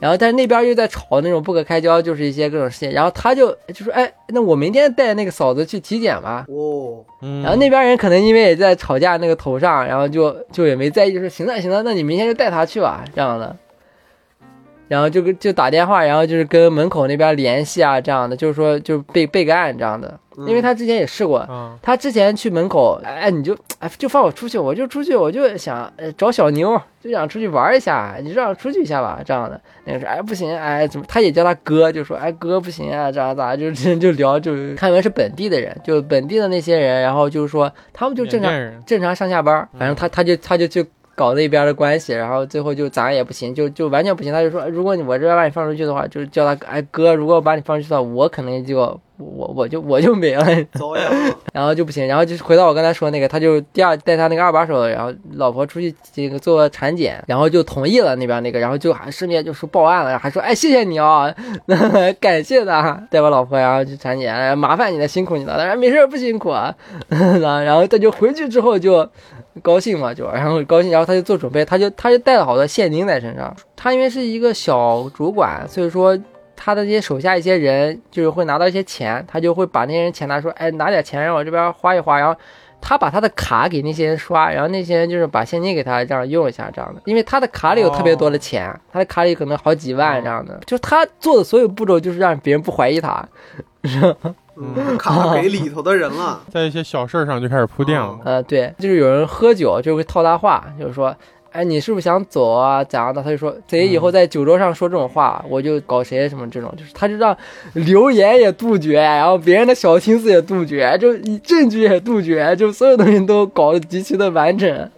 B: 然后但是那边又在吵那种不可开交，就是一些各种事情，然后他就就说哎，那我明天带那个嫂子去体检吧，
C: 哦，
A: 嗯，
B: 然后那边人可能因为也在吵架那个头上，然后就就也没在意，就说行了行了，那你明天就带他去吧，这样的。然后就跟就打电话，然后就是跟门口那边联系啊，这样的，就是说就备备个案这样的，
C: 嗯
B: 因为他之前也试过，
A: 啊，
B: 他之前去门口，哎，你就哎就放我出去，我就出去，我就想、呃、找小妞，就想出去玩一下，你让我出去一下吧，这样的。那个说哎不行，哎怎么？他也叫他哥，就说哎哥不行啊，这 样咋就就聊就看门是本地的人，就本地的那些人，然后就是说他们就正常
A: 缅甸人嗯
B: 正常上下班儿，反正他他就他就去搞那边的关系，然后最后就咋也不行，就就完全不行。他就说，如果你我这边把你放出去的话，就是叫他哎哥，如果我把你放出去的话，我可能就我我就我就没了，
C: 走呀，
B: 然后就不行，然后就是回到我刚才说那个，他就第二带他那个二把手，然后老婆出去这个做产检，然后就同意了那边那个，然后就还顺便就说报案了，还说哎谢谢你啊、哦， 感谢他带我老婆然后去产检，哎麻烦你了，辛苦你了。他说哎没事儿不辛苦 啊，然后他就回去之后就高兴嘛，就然后高兴，然后他就做准备，他就他就带了好多现金在身上。他因为是一个小主管，所以说他的这些手下一些人就是会拿到一些钱，他就会把那些人钱拿说，哎，拿点钱让我这边花一花，然后。他把他的卡给那些人刷，然后那些人就是把现金给他，这样用一下这样的。因为他的卡里有特别多的钱，他的卡里可能好几万这样的。就是他做的所有步骤，就是让别人不怀疑他。
C: 嗯卡给里头的人了。
A: 在一些小事儿上就开始铺垫了嘛。
B: 呃，对，就是有人喝酒就会套他话，就是说，哎，你是不是想走啊？咋样的？他就说，谁以后在酒桌上说这种话，我就搞谁什么这种，就是他就让流言也杜绝，然后别人的小心思也杜绝，就以证据也杜绝，就所有东西都搞得极其的完整，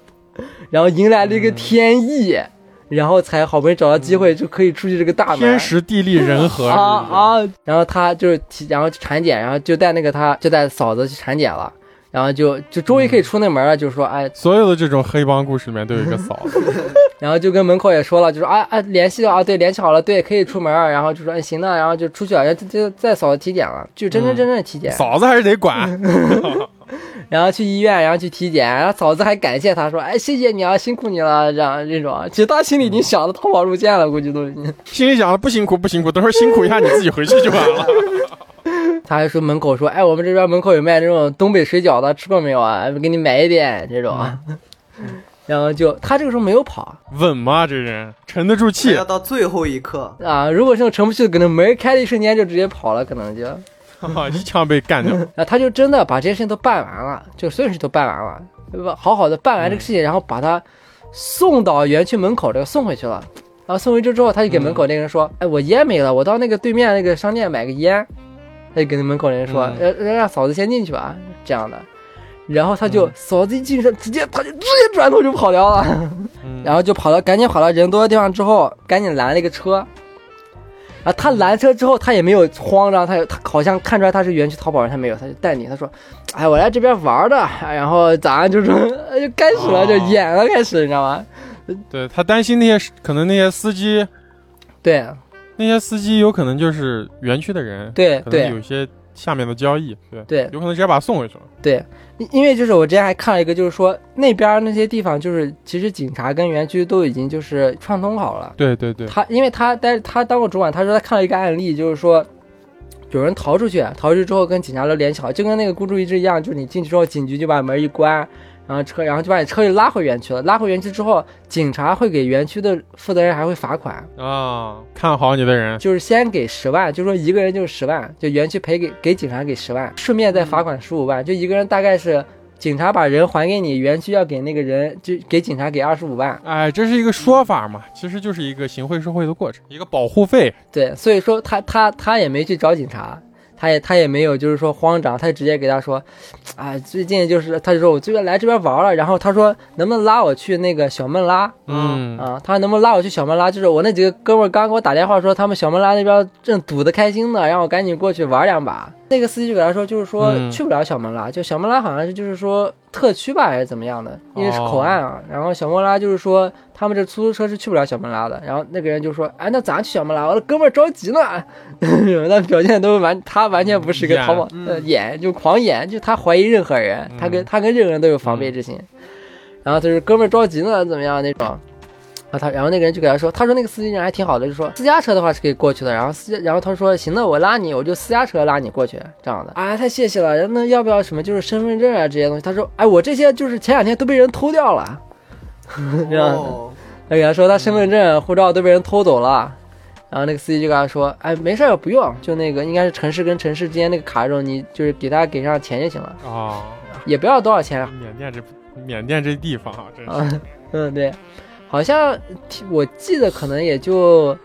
B: 然后迎来了一个天意，然后才好不容易找到机会就可以出去这个大门。
A: 天时地利人和，
B: 啊啊！然后他就是提，然后去产检，然后就带那个他就带嫂子去产检了，然后就就终于可以出那门了，就是说哎，
A: 所有的这种黑帮故事里面都有一个嫂 子，
B: 然后就跟门口也说了，就说啊啊联系了啊，对，联系好了，对，可以出门，然后就说哎行了，然后就出去了，然后就就再嫂子体检了，就真真正正的体检，
A: 嗯嫂子还是得管。
B: 然后去医院，然后去体检，然后嫂子还感谢他说哎谢谢你啊，辛苦你了，这样这种，其实他心里已经想着逃跑路线了，估计都已经。
A: 心里想了不辛苦不辛苦，等会儿辛苦一下你自己回去就完 了。
B: 他还说门口说，哎，我们这边门口有卖那种东北水饺的，吃过没有啊？给你买一点这种。然后就他这个时候没有跑
A: 稳吗？这人沉得住气
C: 要，到最后 一刻，
B: 啊，如果是那种沉不去的，可能门开的一瞬间就直接跑了，可能就，
A: 哦一枪被干 掉。
B: 然后他就真的把这些事情都办完了，就所有事情都办完了，对吧好好的办完这个事情，然后把他送到园区门口这个送回去了。然后送回去之后，他就给门口那个人说：“哎，我烟没了，我到那个对面那个商店买个烟。”他就跟那门口那人说：“呃、让嫂子先进去吧。”这样的。然后他就、嫂子一进去，直接他就直接转头就跑掉了。
A: 嗯
B: 然后就跑到赶紧跑到人多的地方之后，赶紧拦了一个车。然后他拦车之后，他也没有慌张，他有他好像看出来他是园区逃跑人，他没有，他就淡定。他说：“哎，我来这边玩的，哎然后咱就是哎就开始了，就
A: 哦
B: 演了，开始，你知道吗？
A: 对他担心那些可能那些司机，
B: 对
A: 那些司机有可能就是园区的人，
B: 对
A: 可能
B: 对
A: 有些下面的交易，对，
B: 对
A: 有可能直接把他送回去了。
B: 对，因因为就是我之前还看了一个，就是说那边那些地方，就是其实警察跟园区都已经就是串通好了。
A: 对对对，
B: 他因为他但是他当过主管，他说他看了一个案例，就是说有人逃出去，逃出去之后跟警察都联系好，就跟那个孤注一掷一样，就是你进去之后，警局就把门一关，然后车，然后就把你车给拉回园区了。拉回园区之后，警察会给园区的负责人还会罚款，
A: 啊，看好你的人，
B: 就是先给十万，就说一个人就是十万，就园区赔给给警察给十万，顺便再罚款十五万，就一个人大概是。警察把人还给你，园区要给那个人，就给警察给二十五万，
A: 哎，这是一个说法嘛，其实就是一个行贿受贿的过程，一个保护费。
B: 对，所以说他他他也没去找警察，他也他也没有就是说慌张，他就直接给他说，啊，最近就是他就说我最近来这边玩了，然后他说能不能拉我去那个小孟拉
A: 嗯，
B: 啊？他说能不能拉我去小孟拉？就是我那几个哥们儿刚给我打电话说他们小孟拉那边正赌的开心呢，让我赶紧过去玩两把。那个司机就给他说，就是说
A: 嗯
B: 去不了小孟拉，就小孟拉好像是就是说特区吧还是怎么样的，因为是
A: 哦
B: 口岸啊。然后小孟拉就是说他们这出租车是去不了小孟拉的。然后那个人就说：“哎，那咱去小孟拉，我的哥们儿着急呢。” 那表现都完，他完全不是一个
A: 演
B: 逃跑，呃，演就狂演，就他怀疑任何人，他跟
A: 嗯
B: 他跟任何人都有防备之心。然后他说：“哥们儿着急呢，怎么样那种。”然后他，然后那个人就给他说，他说那个司机人还挺好的，就说私家车的话是可以过去的。然后私，然后他说行，那我拉你，我就私家车拉你过去这样的。哎，太谢谢了。那要不要什么就是身份证啊这些东西？他说，哎，我这些就是前两天都被人偷掉了。这样的
C: 哦，
B: 他给他说他身份证、护照都被人偷走了，然后那个司机就跟他说，哎，没事儿，不用，就那个应该是城市跟城市之间那个卡这种，你就是给他给上钱就行了，
A: 啊，
B: 也不要多少钱，
A: 缅甸这缅甸这地方啊，真是
B: 啊， 嗯，对，好像听我记得可能也就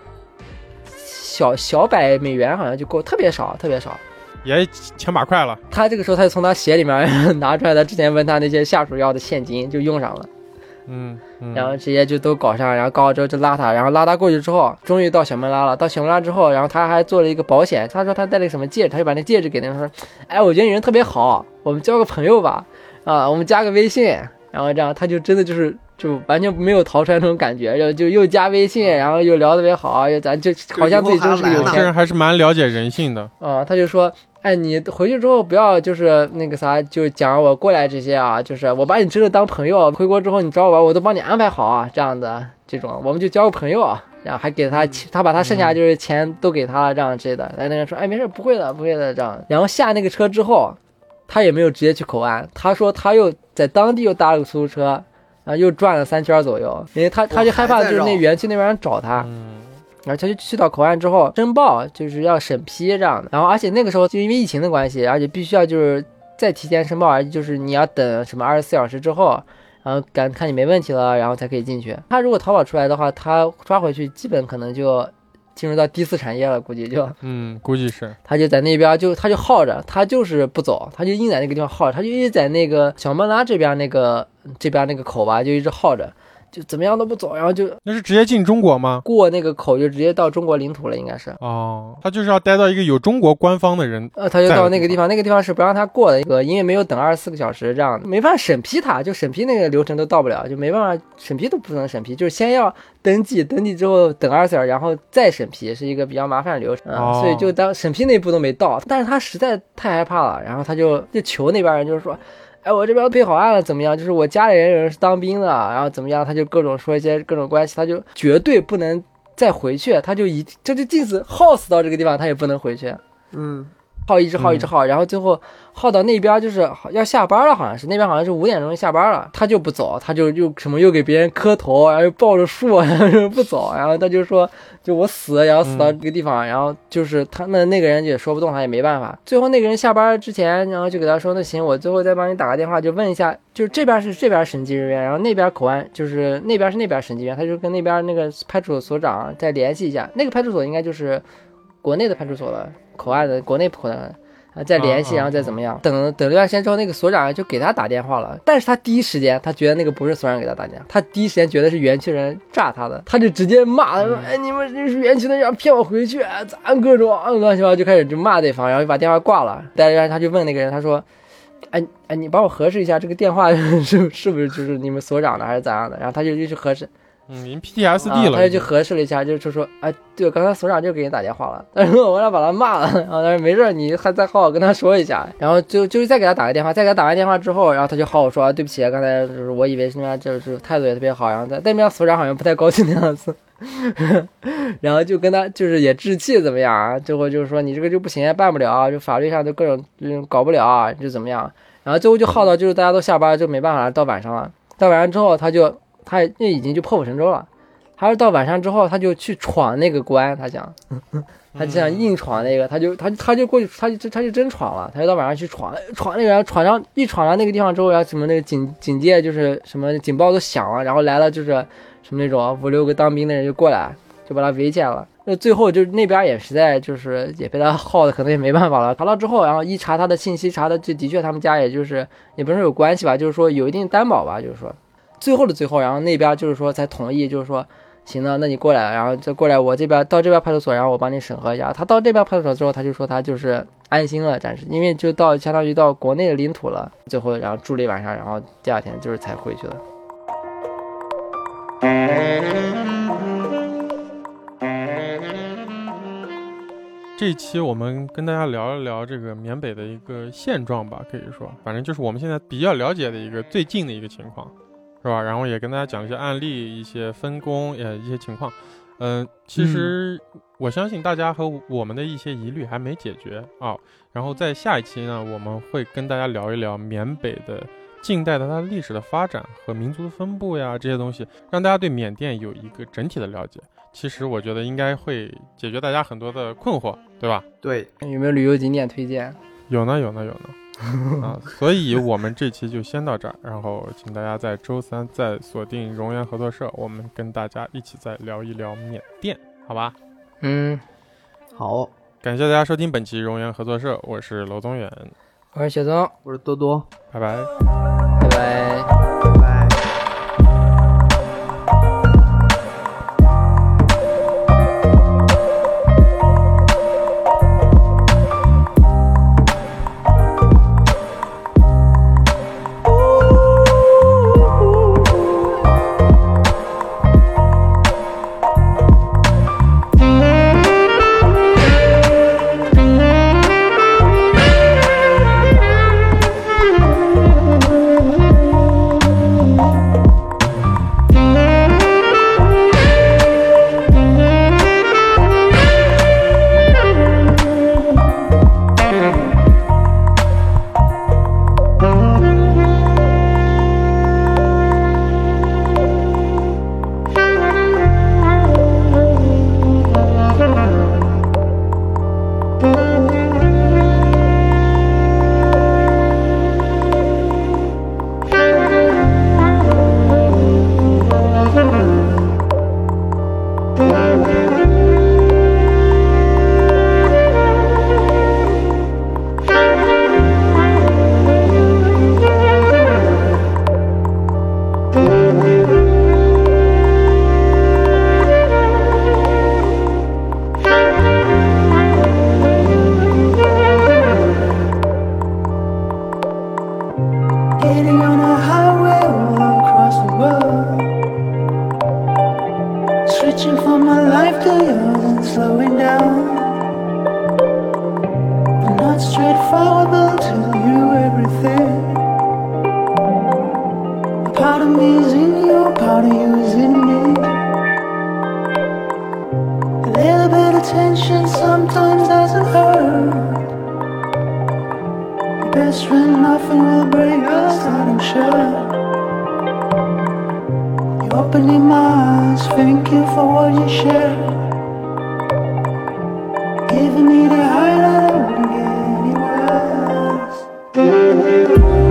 B: 小小百美元，好像就够，特别少，特别少。
A: 也千把块了，
B: 他这个时候，他就从他鞋里面 拿出来他之前问他那些下属要的现金，就用上了，
A: 嗯嗯，
B: 然后直接就都搞上，然后搞好之后就拉他，然后拉他过去之后，终于到小曼拉了。到小曼拉之后，然后他还做了一个保险，他说他戴了个什么戒指，他就把那戒指给那个说，哎，我觉得你人特别好，我们交个朋友吧，啊，我们加个微信，然后这样他就真的就是就完全没有逃出来那种感觉，然后就又加微信，然后又聊得特别好，又咱就好像自己真是个有
A: 有
C: 对以后还来
A: 些
B: 钱
A: 人还是蛮了解人性的，
B: 啊、他就说，哎，你回去之后不要就是那个啥，就讲我过来这些啊，就是我把你真的当朋友，回国之后你找我玩，我都帮你安排好啊，这样的这种，我们就交个朋友啊。然后还给他钱，他把他剩下就是钱都给他了，这样之类的。然后那个人说，哎，没事，不会的，不会的，这样。然后下那个车之后，他也没有直接去口岸，他说他又在当地又搭了个出租车，然后又转了三圈左右，因为他他就害怕就是那园区那边人找他，
A: 嗯，
B: 然后他就去到口岸之后申报，就是要审批这样的。然后而且那个时候就因为疫情的关系，而且必须要就是再提前申报，而且就是你要等什么二十四小时之后，然后感看你没问题了，然后才可以进去。他如果逃跑出来的话，他抓回去基本可能就进入到第四产业了，估计就
A: 嗯，估计是，
B: 他就在那边就他就耗着，他就是不走，他就硬在那个地方耗着，他就一直在那个小曼拉这边那个这边那个口吧，就一直耗着，就怎么样都不走，然后就
A: 那是直接进中国吗？
B: 过那个口就直接到中国领土了，应该是。
A: 哦，他就是要待到一个有中国官方的人，
B: 呃，他就
A: 在
B: 到
A: 的
B: 那个
A: 地
B: 地方，那个地方是不让他过的，一个因为没有等二十四个小时这样，没办法审批他，就审批那个流程都到不了，就没办法审批都不能审批，就是先要登记，登记之后等二十四小时，然后再审批，是一个比较麻烦的流程，啊
A: 哦
B: 所以就当审批那一步都没到，但是他实在太害怕了，然后他就就求那边人，就是说。哎，我这边配好案了，怎么样？就是我家里人有人是当兵的，啊然后怎么样？他就各种说一些各种关系，他就绝对不能再回去，他就一这就即使耗死到这个地方，他也不能回去。啊
C: 嗯，
B: 耗一直耗一直耗，然后最后耗到那边就是好要下班了，好像是那边好像是五点钟就下班了，他就不走，他就又什么又给别人磕头，然后又抱着树，啊 然后又不走，然后他就说就我死也要死到这个地方，然后就是他那那个人也说不动他也没办法，最后那个人下班之前，然后就给他说那行，我最后再帮你打个电话，就问一下，就是这边是这边审计人员，然后那边口岸就是那边是那边审计员，他就跟那边那个派出所所长再联系一下，那个派出所应该就是国内的派出所了，口岸的国内口岸。啊，再联系，
A: 啊啊
B: 然后再怎么样？等等了一段时间之后，那个所长就给他打电话了，但是他第一时间他觉得那个不是所长给他打电话，他第一时间觉得是园区人诈他的，他就直接骂
A: 嗯
B: 他说：“哎，你们这是园区的，要骗我回去，咋各种啊乱七八糟，就开始就骂对方，然后就把电话挂了。但是他就问那个人，他说：“哎哎，你帮我核实一下这个电话是 是不是就是你们所长的还是咋样的？”然后他就就去核实，
A: 嗯，已经 PTSD
B: 啊他
A: 了，
B: 就去核实了一下，就就说，哎，对，刚才所长就给你打电话了，但是我让把他骂了，然后他说没事儿，你还再好好跟他说一下，然后就就是再给他打个电话，再给他打完电话之后，然后他就好好说，啊，对不起，刚才就是我以为是那边就是态度也特别好，然后在但那边所长好像不太高兴的样子。 然后就跟他就是也置气怎么样啊？最后就是说你这个就不行，啊办不了，就法律上就各种嗯搞不了啊，就怎么样？然后最后就耗到就是大家都下班就没办法了，到晚上了，到晚上之后他就他那已经就破釜沉舟了。他是到晚上之后，他就去闯那个关，他想，他就想硬闯那个，他就他他就过去，他就他就真闯了，他就到晚上去闯，闯那个，然后闯上一闯上那个地方之后，然后什么那个警警戒就是什么警报都响了，然后来了就是什么那种五六个当兵的人就过来，就把他围起来了。那最后就那边也实在就是也被他耗的，可能也没办法了。查到之后，然后一查他的信息，查的就的确他们家也就是也不是说有关系吧，就是说有一定担保吧，就是说最后的最后，然后那边就是说才同意，就是说行了，那你过来，然后就过来我这边到这边派出所，然后我帮你审核一下。他到这边派出所之后，他就说他就是安心了，暂时，因为就到相当于到国内的领土了。最后然后住了一晚上，然后第二天就是才回去的。
A: 这一期我们跟大家聊一聊这个缅北的一个现状吧，可以说，反正就是我们现在比较了解的一个最近的一个情况，是吧？然后也跟大家讲一些案例、一些分工、呃一些情况。嗯、其实我相信大家和我们的一些疑虑还没解决啊、然后在下一期呢，我们会跟大家聊一聊缅北的近代的它的历史的发展和民族的分布呀这些东西，让大家对缅甸有一个整体的了解。其实我觉得应该会解决大家很多的困惑，对吧？
C: 对，
B: 有没有旅游景点推荐？
A: 有呢，有呢，有呢。 啊，所以我们这期就先到这儿，然后请大家在周三再锁定荣源合作社，我们跟大家一起再聊一聊缅甸，好吧？
B: 嗯，
C: 好，
A: 感谢大家收听本期荣源合作社，我是娄宗远，
B: 我是雪松，
C: 我是多多，
A: 拜拜。
B: 拜拜。
C: 拜拜。
D: Getting on a highway or across the road. Switching from my life to yours and slowing down. I'm not straightforward, but tell you everything. A part of me is in you, a part of you is in me. A little bit of tension sometimes doesn't hurt. Best friend, nothing will break us, that I'm sure. You opening my eyes, thank you for what you share. Giving me the highlight, I wouldn't get anywhere else.